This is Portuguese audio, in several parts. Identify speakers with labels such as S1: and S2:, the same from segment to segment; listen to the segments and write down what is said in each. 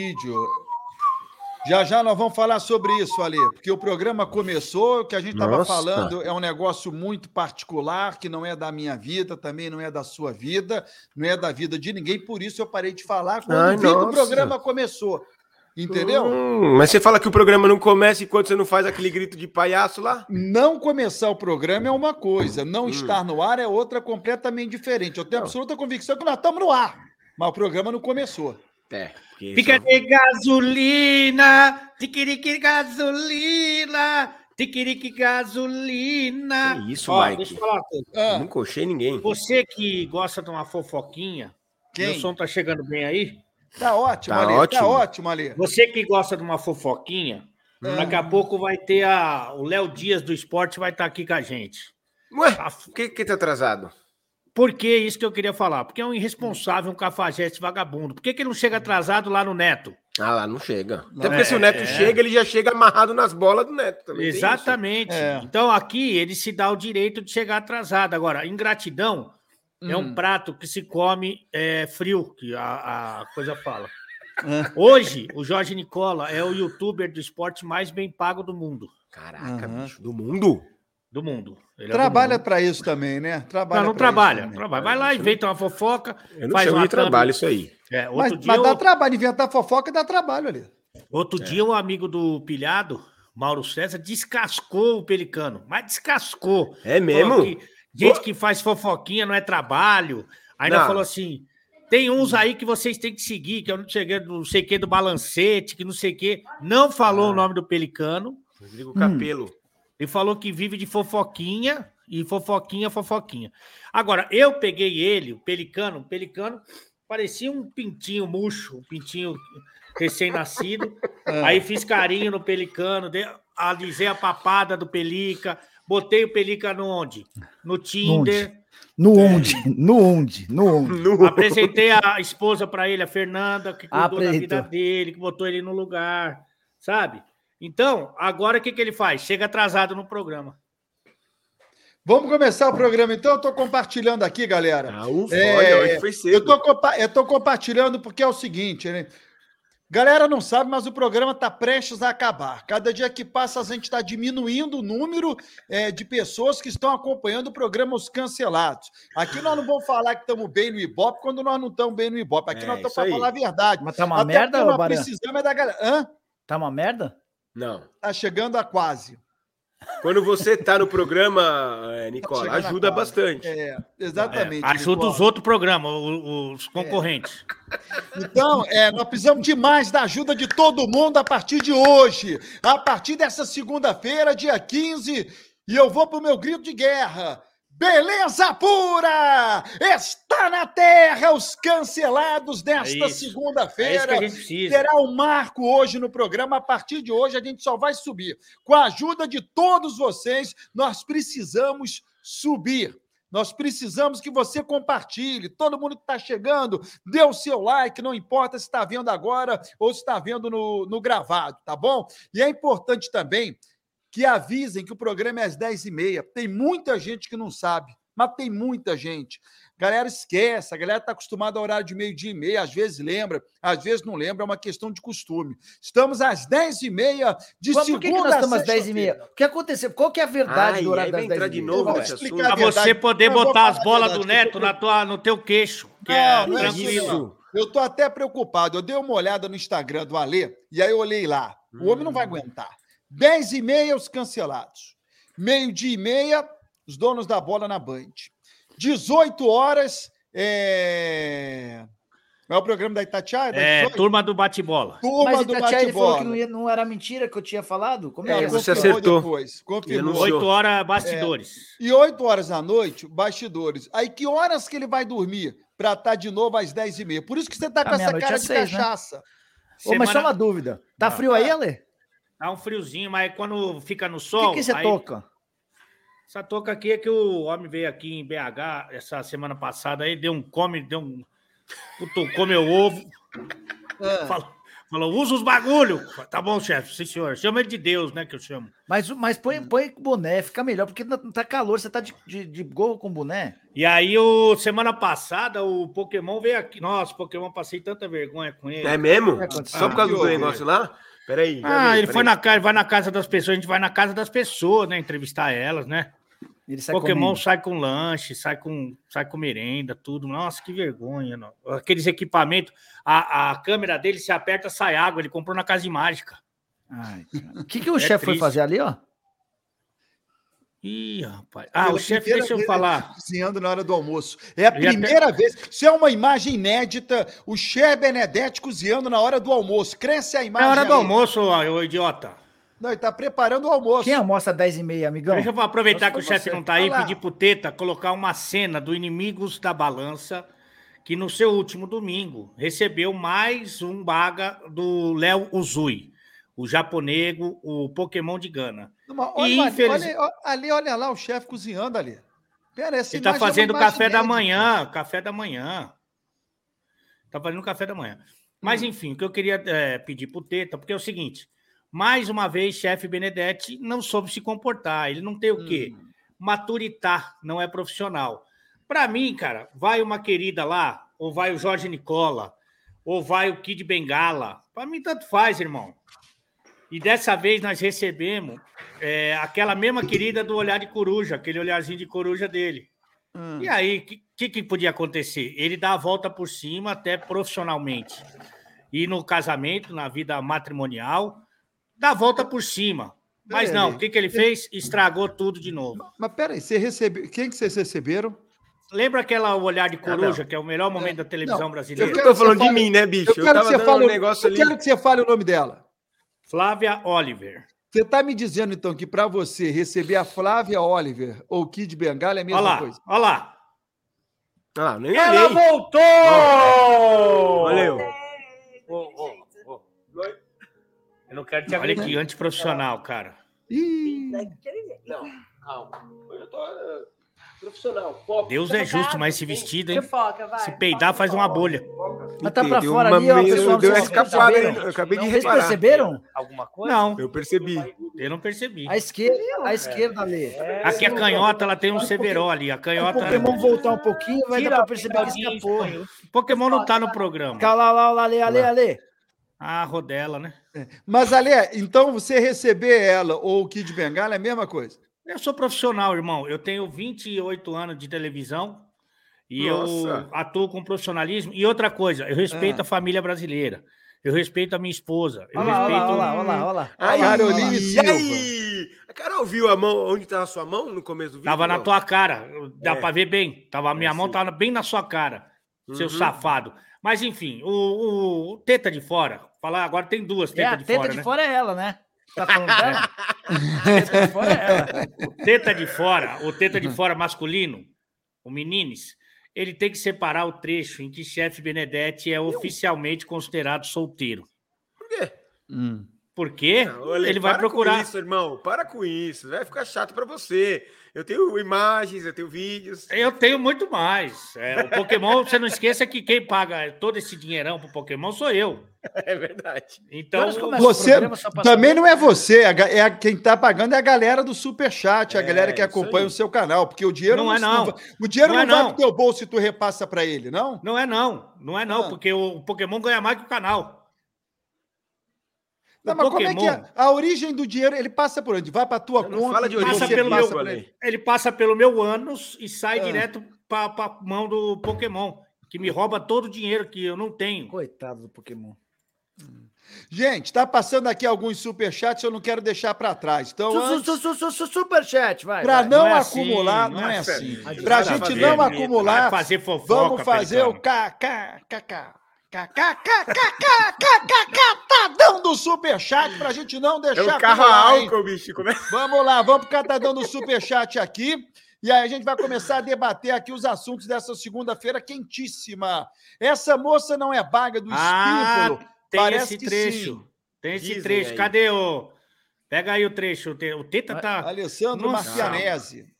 S1: vídeo. Já já nós vamos falar sobre isso, Ale, porque o programa começou, o que a gente estava
S2: Nossa.
S1: falando é um negócio muito particular, que não é da minha vida, também não é da sua vida, não é da vida de ninguém, por isso eu parei de falar quando
S2: Ai,
S1: vi que o
S2: nossa.
S1: programa começou. Entendeu?
S2: Hum, mas você fala que o programa não começa enquanto você não faz aquele grito de palhaço lá?
S1: Não começar o programa é uma coisa, não estar no ar é outra completamente diferente. Eu tenho
S2: Hum. Não.
S1: absoluta convicção que nós estamos no ar, mas o programa não começou.
S2: É. porque
S3: Fica
S2: só-
S3: de gasolina, tiquirique gasolina, tiquirique gasolina.
S2: Que isso,
S3: Ó,
S2: Mike?
S3: deixa eu falar uma coisa.
S1: Ah,
S2: Não cochei ninguém.
S3: Você que gosta de uma fofoquinha, meu
S1: quem?
S3: som tá chegando bem aí?
S1: Tá ótimo,
S2: Tá
S1: Ale. Tá
S2: ótimo.
S1: ótimo, Ale.
S3: Você que gosta de uma fofoquinha, daqui a pouco vai ter a... O Léo Dias do Esporte vai estar aqui com a gente.
S2: Ué,
S3: A
S2: por que, que tá atrasado?
S3: Por que isso que eu queria falar? Porque é um irresponsável, um cafajeste vagabundo. Por que, que ele não chega atrasado lá no Neto?
S2: Ah lá, não chega.
S1: Não,
S3: É,
S2: Até porque se o Neto chega, ele já chega amarrado nas bolas do Neto também. tem isso.
S3: Exatamente.
S1: É.
S3: Então aqui ele se dá o direito de chegar atrasado. Agora, ingratidão é
S2: Hum.
S3: um prato que se come é, frio, que a, a coisa fala.
S1: Ah.
S3: Hoje, o Jorge Nicola é o youtuber do esporte mais bem pago do mundo.
S2: Caraca,
S1: Aham.
S2: bicho, do mundo?
S3: Do mundo. Ele é do
S1: Trabalha
S3: mundo.
S1: para isso também, né? Trabalha
S3: Não, não
S1: pra
S3: trabalha,
S1: isso também.
S3: trabalha. Vai lá, inventa uma fofoca.
S2: Eu não
S3: faz
S2: chamo
S3: uma
S2: de trabalho
S3: thumb.
S2: isso aí.
S3: É, outro
S1: Mas,
S3: dia
S1: mas
S3: eu-
S1: dá trabalho, inventar fofoca dá trabalho ali.
S2: É.
S3: Outro dia, um amigo do pilhado, Mauro César, descascou o Pelicano, mas descascou.
S2: É mesmo?
S3: Falou que gente que faz fofoquinha não é trabalho. Ainda
S2: Não.
S3: falou assim: tem uns aí que vocês têm que seguir, que eu não sei, o quê, não sei o que do balancete, que não sei o que. Não falou o
S2: Ah.
S3: nome do Pelicano
S2: Rodrigo Capelo.
S3: e falou que vive de fofoquinha e fofoquinha, fofoquinha. Agora, eu peguei ele, o Pelicano, o Pelicano parecia um pintinho murcho, um pintinho recém-nascido. Aí fiz carinho no pelicano, dei- alisei a papada do pelica, botei o pelica no onde? No Tinder.
S4: No onde? No onde? No onde?
S2: No...
S3: Apresentei a esposa para ele, a Fernanda, que cuidou da vida
S4: Apresentou.
S3: dele, que botou ele no lugar, sabe? Então, agora o que, que ele faz? Chega atrasado no programa.
S1: Vamos começar o programa então. Eu estou compartilhando aqui, galera.
S2: Ah, ufa,
S1: É,
S2: olha, hoje foi cedo.
S1: Eu tô, compa- eu tô compartilhando porque é o seguinte, né? Galera não sabe, mas o programa está prestes a acabar. Cada dia que passa, a gente está diminuindo o número eh, de pessoas que estão acompanhando o programa Os Cancelados. Aqui nós não vamos falar que estamos bem no Ibope quando nós não estamos bem no Ibope. Aqui
S2: É,
S1: nós estamos
S2: isso
S1: para
S2: aí.
S1: falar a verdade.
S4: Mas tá uma
S1: Até
S4: merda,
S1: porque
S4: ô
S1: nós
S4: Baran?
S1: precisamos é da galera. Hã?
S4: Tá uma merda?
S2: Não.
S1: Tá chegando a quase.
S2: Quando você tá no programa, é, Nicola,
S1: Tá chegando
S2: ajuda
S1: agora.
S2: bastante.
S1: É,
S3: É,
S1: exatamente.
S3: ajuda
S1: Nicola.
S3: os outros programas, o- os concorrentes.
S1: Então, é, nós precisamos demais da ajuda de todo mundo a partir de hoje. A partir dessa segunda-feira, dia 15, e eu vou pro meu grito de guerra. Beleza pura! Está na terra os cancelados desta
S3: É isso. É isso que
S1: segunda-feira.
S3: a gente precisa.
S1: Será o um marco hoje no programa. A partir de hoje, a gente só vai subir. Com a ajuda de todos vocês, nós precisamos subir. Nós precisamos que você compartilhe. Todo mundo que está chegando, dê o seu like, não importa se está vendo agora ou se está vendo no, no gravado, tá bom? E é importante também que avisem que o programa é às 10h30. Tem muita gente que não sabe, mas tem muita gente. Galera esquece, a galera está acostumada ao horário de meio-dia e meia, às vezes lembra, às vezes não lembra, é uma questão de costume. Estamos às 10h30 de segunda
S4: Mas por que, que nós estamos às
S1: a
S4: 10h30? O que aconteceu? Qual que é a verdade
S2: Ai,
S4: do
S2: aí
S4: horário
S2: vai
S4: das
S2: entrar
S4: 10
S2: de
S1: Eu
S2: novo
S1: vou
S2: nesse
S1: explicar
S2: assunto. Tá
S3: Pra
S1: a verdade.
S3: você poder
S1: Eu vou
S3: botar as
S1: falar a
S3: bolas do
S1: verdade,
S3: neto
S1: porque-
S3: na tua, no teu queixo. Que é
S1: Não, não é
S3: tranquilo.
S1: isso. Eu tô até preocupado. Eu dei uma olhada no Instagram do Alê e aí eu olhei lá. O homem não vai
S4: Hum.
S1: aguentar. 10 e meia, os cancelados. Meio-dia e meia, os donos da bola na Band. 18 horas. É, é o programa da Itatiaia? das
S3: É,
S1: 18?
S3: turma do bate-bola.
S1: Turma
S4: Mas
S1: do
S4: Itatiaia, ele falou que
S1: bate-bola.
S4: não, ia- não era mentira que eu tinha falado? Como é,
S1: É,
S4: que é?
S2: você
S1: confirmou
S2: acertou.
S1: Depois,
S2: Ele
S1: confirmou.
S2: anunciou.
S3: Oito horas bastidores.
S1: E 8 horas da noite, bastidores. Aí que horas que ele vai dormir para estar de novo às 10 e meia? Por isso que você tá com
S4: Ah,
S1: essa
S4: meia-noite
S1: cara
S4: é
S1: de
S4: seis, né?
S1: cachaça.
S4: É. Ô, mas só
S3: Semana-
S4: uma dúvida.
S2: Ah.
S4: Tá
S3: Não.
S4: frio aí, Ale?
S3: Dá um friozinho, mas quando fica no
S4: O
S3: sol.
S4: que, que você
S3: aí-
S4: toca?
S3: Essa touca aqui é que o homem veio aqui em BH essa semana passada aí, deu um come, deu um. Puto, comeu ovo. Falou, Falou, usa os bagulho. Tá bom, chefe, sim senhor. Chama ele de Deus, né, que eu chamo.
S4: Mas, mas põe, põe com boné, fica melhor, porque não tá calor, você tá de, de, de gorro com boné.
S3: E aí, o, semana passada, o Pokémon veio aqui. Nossa, Pokémon, passei tanta vergonha com ele.
S2: É mesmo?
S4: aconteceu?
S2: Só por causa
S1: Ah,
S2: do
S1: que
S2: negócio lá? Peraí.
S3: Ah,
S2: peraí,
S3: ele foi
S2: peraí.
S3: na, casa- vai na casa das pessoas, a gente vai na casa das pessoas, né? Entrevistar elas, né?
S4: Ele sai
S3: Pokémon
S4: comendo.
S3: sai com lanche, sai com, sai com merenda, tudo. Nossa, que vergonha. Não. Aqueles equipamentos, a, a câmera dele se aperta, sai água. Ele comprou na casa de mágica.
S4: Ai, cara. O que, que o
S3: É
S4: chefe foi
S3: triste.
S4: fazer ali, ó?
S3: Ih, rapaz. Ah,
S1: Pela
S3: o chefe,
S1: primeira
S3: deixa eu
S1: vez
S3: falar.
S1: Cozinhando na hora do almoço. É a
S3: E até-
S1: primeira vez. Isso é uma imagem inédita. O Cher Benedetti cozinhando na hora do almoço. Cresce a
S3: Na
S1: imagem.
S3: É hora do
S1: aí.
S3: almoço, ó, ô idiota.
S1: Não, ele está preparando o almoço.
S3: é
S4: Quem almoça 10 e meia, amigão?
S3: Deixa eu aproveitar
S1: Mas
S3: que o
S1: foi
S3: chefe
S1: você.
S3: não tá aí e
S1: Vai lá.
S3: pedir pro Teta colocar uma cena do Inimigos da Balança, que no seu último domingo recebeu mais um baga do Léo Uzui, o japonego, o Pokémon de Gana.
S1: Numa-
S3: E
S1: olha, ali,
S3: infeliz-
S1: olha, ó, ali, olha lá o chefe cozinhando ali. Pera, essa
S3: Ele tá
S1: imagem é uma
S3: fazendo
S1: imagem
S3: café da
S1: inédita.
S3: manhã, café da manhã. Tá fazendo café da manhã. Mas, enfim, o que eu queria eh, pedir pro Teta, porque é o seguinte: mais uma vez, chefe Benedetti não soube se comportar. Ele não tem o quê? maturitar, não é profissional. Para mim, cara, vai uma querida lá, ou vai o Jorge Nicola, ou vai o Kid Bengala. Para mim, tanto faz, irmão. E dessa vez nós recebemos é, aquela mesma querida do olhar de coruja, aquele olharzinho de coruja dele.
S1: Hum.
S3: E aí, o que, que, que podia acontecer? Ele dá a volta por cima, até profissionalmente. E no casamento, na vida matrimonial, dá a volta por cima.
S1: É,
S3: Mas não, o que, que ele fez? Estragou tudo de novo.
S1: Mas peraí, você recebeu. Quem que vocês receberam?
S3: Lembra aquela O Olhar de Coruja,
S2: Ah,
S3: que é o melhor momento da televisão
S1: Não,
S3: brasileira?
S1: eu
S2: Eu
S1: quero
S2: tô
S1: que
S2: falando
S1: você
S2: de
S1: fale-
S2: mim, né, bicho? Eu, tava dando um negócio
S1: eu
S2: ali.
S1: quero que você fale o nome dela.
S3: Flávia Oliver.
S1: Você está me dizendo, então, que para você receber a Flávia Oliver ou o Kid Bengala é a mesma
S3: Olha lá,
S1: coisa?
S3: olha lá.
S2: Ah, nem
S3: Ela
S2: olhei.
S3: voltou!
S2: Valeu.
S3: Ô, ô, ô. Eu não quero te Olha que antiprofissional, cara.
S1: Ih,
S3: Deus é justo, mas esse vestido, hein?
S5: Fofoca, vai.
S3: Se peidar, faz um uma bolha.
S4: Mas tá pra
S2: Deu
S4: fora
S2: uma
S4: ali, ó,
S2: meio-
S4: pessoal.
S2: Deu uma
S4: vocês
S2: escapada, hein?
S4: perceberam?
S2: Eu acabei de
S4: Vocês
S2: reparar.
S4: perceberam?
S3: Alguma coisa? Não,
S2: Eu percebi.
S3: eu não
S2: É.
S3: percebi.
S4: A esquerda, a esquerda ali.
S3: Aqui a canhota, ela tem um severó ali. A
S4: Se o
S3: canhota... é
S4: Pokémon voltar um pouquinho, vai
S3: Tira
S4: dar pra
S3: a
S4: perceber que
S3: pitadinha,
S4: escapou.
S3: expõe. Pokémon não tá no programa.
S4: Calma lá, lá, ali, ali, ali.
S3: Ah, rodela, né?
S1: Mas, Ale, então você receber ela ou o Kid Bengala é a mesma coisa?
S3: Eu sou profissional, irmão. Eu tenho 28 anos de televisão e
S2: Nossa.
S3: eu atuo com profissionalismo. E outra coisa, eu respeito
S1: Ah.
S3: a família brasileira. Eu respeito a minha esposa. Eu
S4: Olha lá, olha
S3: respeito.
S4: lá, olha lá, olha lá, olha lá.
S2: Ai,
S1: Caroline Silva.
S2: ai. A Carol viu a mão, onde tava a sua mão no começo do vídeo?
S3: Tava na
S2: não?
S3: tua cara. Dá
S2: É.
S3: pra ver bem. Tava, a minha
S2: É,
S3: mão
S2: sim.
S3: tava bem na sua cara, seu
S2: Uhum.
S3: safado. Mas enfim, o, o- o teta de fora. Falar agora tem duas
S4: É,
S3: tetas
S4: a
S3: de
S4: teta
S3: fora,
S4: de
S3: né?
S4: fora é ela, né? Tá falando dela? A teta de fora é ela.
S3: Teta de fora, o teta
S1: Uhum.
S3: de fora masculino, o menines, ele tem que separar o trecho em que chefe Benedetti é oficialmente considerado solteiro.
S2: Por quê?
S3: Porque
S2: Ah, olha,
S3: É, ele vai
S2: para com
S3: procurar.
S2: isso, irmão. Para com isso. Vai ficar chato pra você. Eu tenho imagens, eu tenho vídeos.
S3: Eu tenho muito mais. É, o Pokémon, você não esqueça que quem paga todo esse dinheirão pro Pokémon sou eu.
S2: É verdade.
S3: Então,
S4: Mas começa o
S1: Você
S4: programa só pra
S1: também
S4: saber.
S1: não é você, a ga- é a- quem está pagando é a galera do Superchat, a
S2: É,
S1: galera que
S2: isso
S1: acompanha
S2: aí.
S1: o seu canal, porque o dinheiro
S3: Não é, não.
S1: vai- o dinheiro
S3: Não
S1: não,
S3: é,
S1: vai
S3: não.
S1: pro teu bolso se tu repassa para ele, não?
S3: não é não. Não é não,
S1: Ah.
S3: porque o Pokémon ganha mais que o canal.
S1: Não, mas como é que é? A origem do dinheiro, ele passa por onde? Vai para tua
S2: Eu não
S1: conta,
S2: fala de origem,
S1: você
S3: passa pelo
S1: passa
S3: meu-
S1: pra ele.
S3: Ele passa pelo meu ânus e sai
S1: Ah.
S3: direto pra, pra mão do Pokémon, que me rouba todo o dinheiro que eu não tenho.
S4: é Coitado do Pokémon.
S1: Gente, tá passando aqui alguns superchats, eu não quero deixar para trás. Então,
S4: Su- su- su- su- su- Superchat, vai.
S1: para
S4: vai.
S1: não,
S3: não é assim,
S1: acumular,
S3: não
S1: não
S3: é
S1: é assim.
S2: assim.
S1: Pra
S2: Vai
S1: gente
S2: fazer,
S1: não
S2: né?
S1: acumular,
S3: Vai fazer fofoca,
S1: Ah, Vamos fazer o
S3: Pelicano.
S1: KKKKKKKKKKKKKKKKKKKKKKKKKKKKKKKKKKKKKKKKKKKKKKKKKKKKKKKADÃO do tá Superchat pra gente não
S2: É
S1: deixar
S2: o carro
S1: acumular,
S2: a
S1: hein?
S2: álcool, bicho. Como é
S1: Vamos lá, vamos pro Catadão do Superchat aqui. E aí a gente vai começar a debater aqui os assuntos dessa segunda-feira quentíssima. Essa moça não é baga do
S3: Ah,
S1: espírito.
S3: Tem
S1: Parece
S3: esse
S1: que
S3: trecho. Tem esse
S2: Dizem
S3: trecho.
S2: aí.
S3: Cadê o. Pega aí o trecho. o te- O Teta tá.
S1: Alessandro
S3: Nossa.
S1: Marcianese.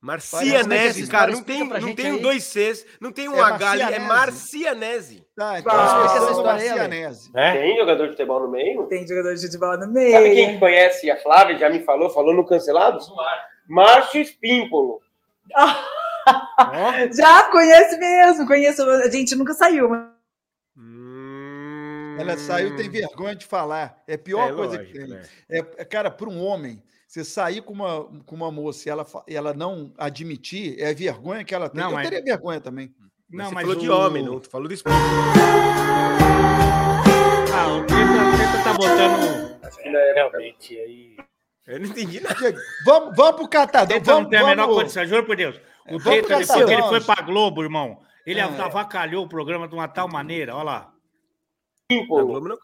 S2: Marcianese,
S4: Explica
S2: cara,
S4: pra
S2: não tem, não
S4: gente
S2: tem um
S4: aí.
S2: dois Cs, não tem um
S1: É
S2: H ali, é
S1: Marcianese.
S2: Marcianese.
S1: Tá, então
S5: Ah,
S1: ah,
S5: essa
S1: essa
S4: história aí, Ale.
S1: marcianese.
S3: É?
S6: Tem jogador de futebol no meio?
S5: Tem jogador de futebol no
S6: Sabe quem que
S5: meio.
S6: conhece a Flávia? Já me falou, falou no Cancelados? Márcio Espímpolo.
S5: Já conhece mesmo, conheço. A gente nunca saiu, mas
S2: Hum,
S1: Ela saiu, tem vergonha de falar. É a
S2: É
S1: pior coisa
S2: lógico,
S1: que tem.
S2: né?
S1: É, é, cara, para um homem, você sair com uma, com uma moça e ela, fa- e ela não admitir, é a vergonha que ela tem.
S3: Não,
S1: Eu
S3: é.
S1: teria vergonha também.
S3: Não,
S2: Você
S3: mas
S2: falou de
S3: o-
S2: homem, não, tu falou do esporte.
S3: Ah, o Teta, o Teta tá botando. É, realmente, aí.
S2: Eu não entendi nada.
S1: Diego, Vamos, vamos pro catadão.
S3: Teta Então, não
S1: Vamos,
S3: tem a menor
S1: Então vamos, É,
S3: condição, juro por Deus. O
S1: vamos
S3: Teta,
S1: pra
S3: depois que ele
S1: Catanduva.
S3: foi pra Globo, irmão, ele
S1: É.
S3: avacalhou o programa de uma tal maneira, olha lá.
S2: Na
S6: Espímpolo.
S2: Globo não-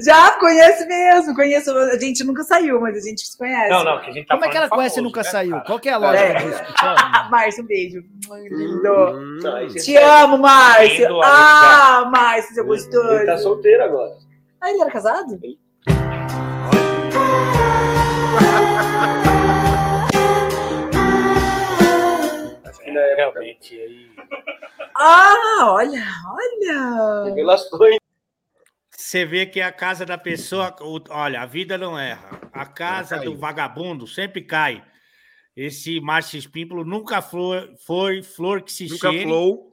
S5: já conhece mesmo, conheço. A gente nunca saiu, mas a gente se conhece.
S6: que a gente
S3: tá
S6: tá
S4: Como é que ela conhece e
S6: né,
S3: né,
S4: nunca saiu? Qual que é a
S5: É.
S4: lógica disso?
S5: Ah, Márcio, um beijo. Lindo.
S2: Hum.
S6: Não, aí você-
S5: Te amo, Márcio.
S6: Lindo,
S5: Ah, Márcio, seu
S6: Ele tá
S5: gostoso.
S6: solteiro agora.
S5: Ah, ele era casado?
S6: É, realmente, aí...
S5: Ah, olha, olha.
S6: Revelações.
S3: Você vê que a casa da pessoa. o- Olha, a vida não erra. A casa do vagabundo sempre cai. Esse Márcio Espímpolo nunca foi, foi flor que se
S2: Nunca
S3: cheire.
S2: flow.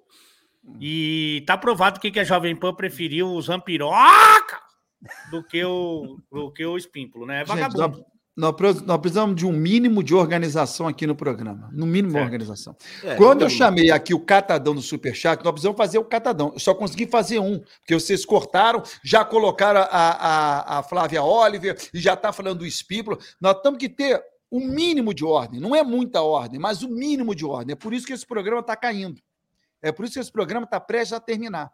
S3: E tá provado que que a Jovem Pan preferiu os Zampiroca do que o, do que o Espímpolo, né? É
S1: Gente,
S3: vagabundo.
S1: nós- nós, pre- nós precisamos de um mínimo de organização aqui no programa. No mínimo
S3: Certo.
S1: organização.
S2: É,
S1: Quando eu
S2: não-
S1: chamei aqui o catadão do Superchat, nós precisamos fazer o catadão. Eu só consegui fazer um, porque vocês cortaram, já colocaram a, a, a Flávia Oliver e já está falando do espípulo. Nós temos que ter o mínimo de ordem. Não é muita ordem, mas o mínimo de ordem. É por isso que esse programa está caindo. É por isso que esse programa está prestes a terminar.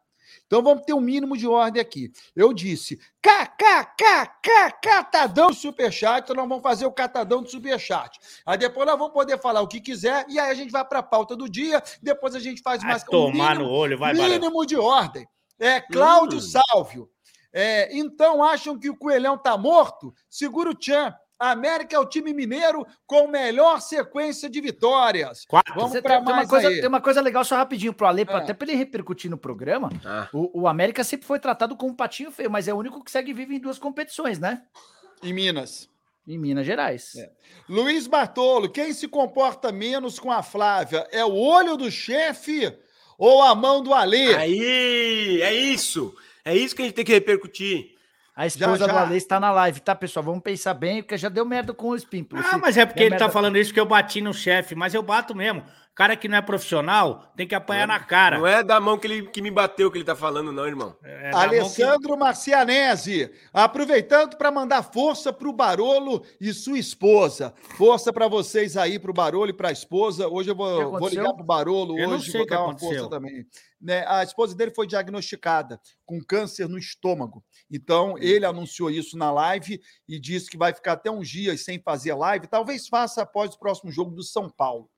S1: Então vamos ter o mínimo de ordem aqui. Eu disse KKKK, catadão do superchat, então nós vamos fazer o catadão do superchat. Aí depois nós vamos poder falar o que quiser e aí a gente vai para a pauta do dia, depois a gente faz
S3: Vai
S1: mais o
S3: É tomar
S1: mínimo-
S3: no olho, vai, Barão.
S1: mínimo de ordem. É Cláudio
S2: Hum.
S1: Sálvio. É, então acham que o Coelhão tá morto? Segura o Tchan. A América é o time mineiro com melhor sequência de vitórias.
S3: Quatro.
S1: Vamos
S4: Você
S1: para
S4: tem, tem uma
S1: mais
S4: coisa,
S1: aí.
S4: tem uma coisa legal só rapidinho pro Ale, pra-
S1: Ah.
S4: até pra ele repercutir no programa.
S2: Ah.
S4: O, o América sempre foi tratado como um patinho feio, mas é o único que segue vivo em duas competições, né?
S1: Em Minas.
S4: Em Minas Gerais.
S1: É. Luiz Bartolo, quem se comporta menos com a Flávia? É o olho do chefe ou a mão do Alê?
S2: Aí, é isso. É isso que a gente tem que repercutir.
S4: A esposa
S1: já.
S4: do Ale está na live, tá, pessoal? Vamos pensar bem, porque já deu merda com o Espímpulo.
S3: Ah,
S4: Se-
S3: mas é porque
S4: é
S3: ele tá
S4: merda.
S3: falando isso que eu bati no chefe, mas eu bato mesmo. Cara que não é profissional tem que apanhar na cara.
S2: Não é da mão que, ele, que me bateu que ele tá falando, não, irmão.
S3: É, na mão que-
S1: Alessandro Marcianese, aproveitando para mandar força para o Barolo e sua esposa. Força para vocês aí, para o Barolo e para a esposa. Hoje eu
S4: O que
S1: vou, vou
S4: aconteceu?
S1: ligar para o Barolo
S3: Eu não
S1: hoje,
S3: sei
S1: vou
S3: o que
S1: dar uma
S3: aconteceu.
S1: força também. Né, A esposa dele foi diagnosticada com câncer no estômago.
S3: Hum.
S1: Então, ele anunciou isso na live e disse que vai ficar até uns dias sem fazer live. Talvez faça após o próximo jogo do São Paulo.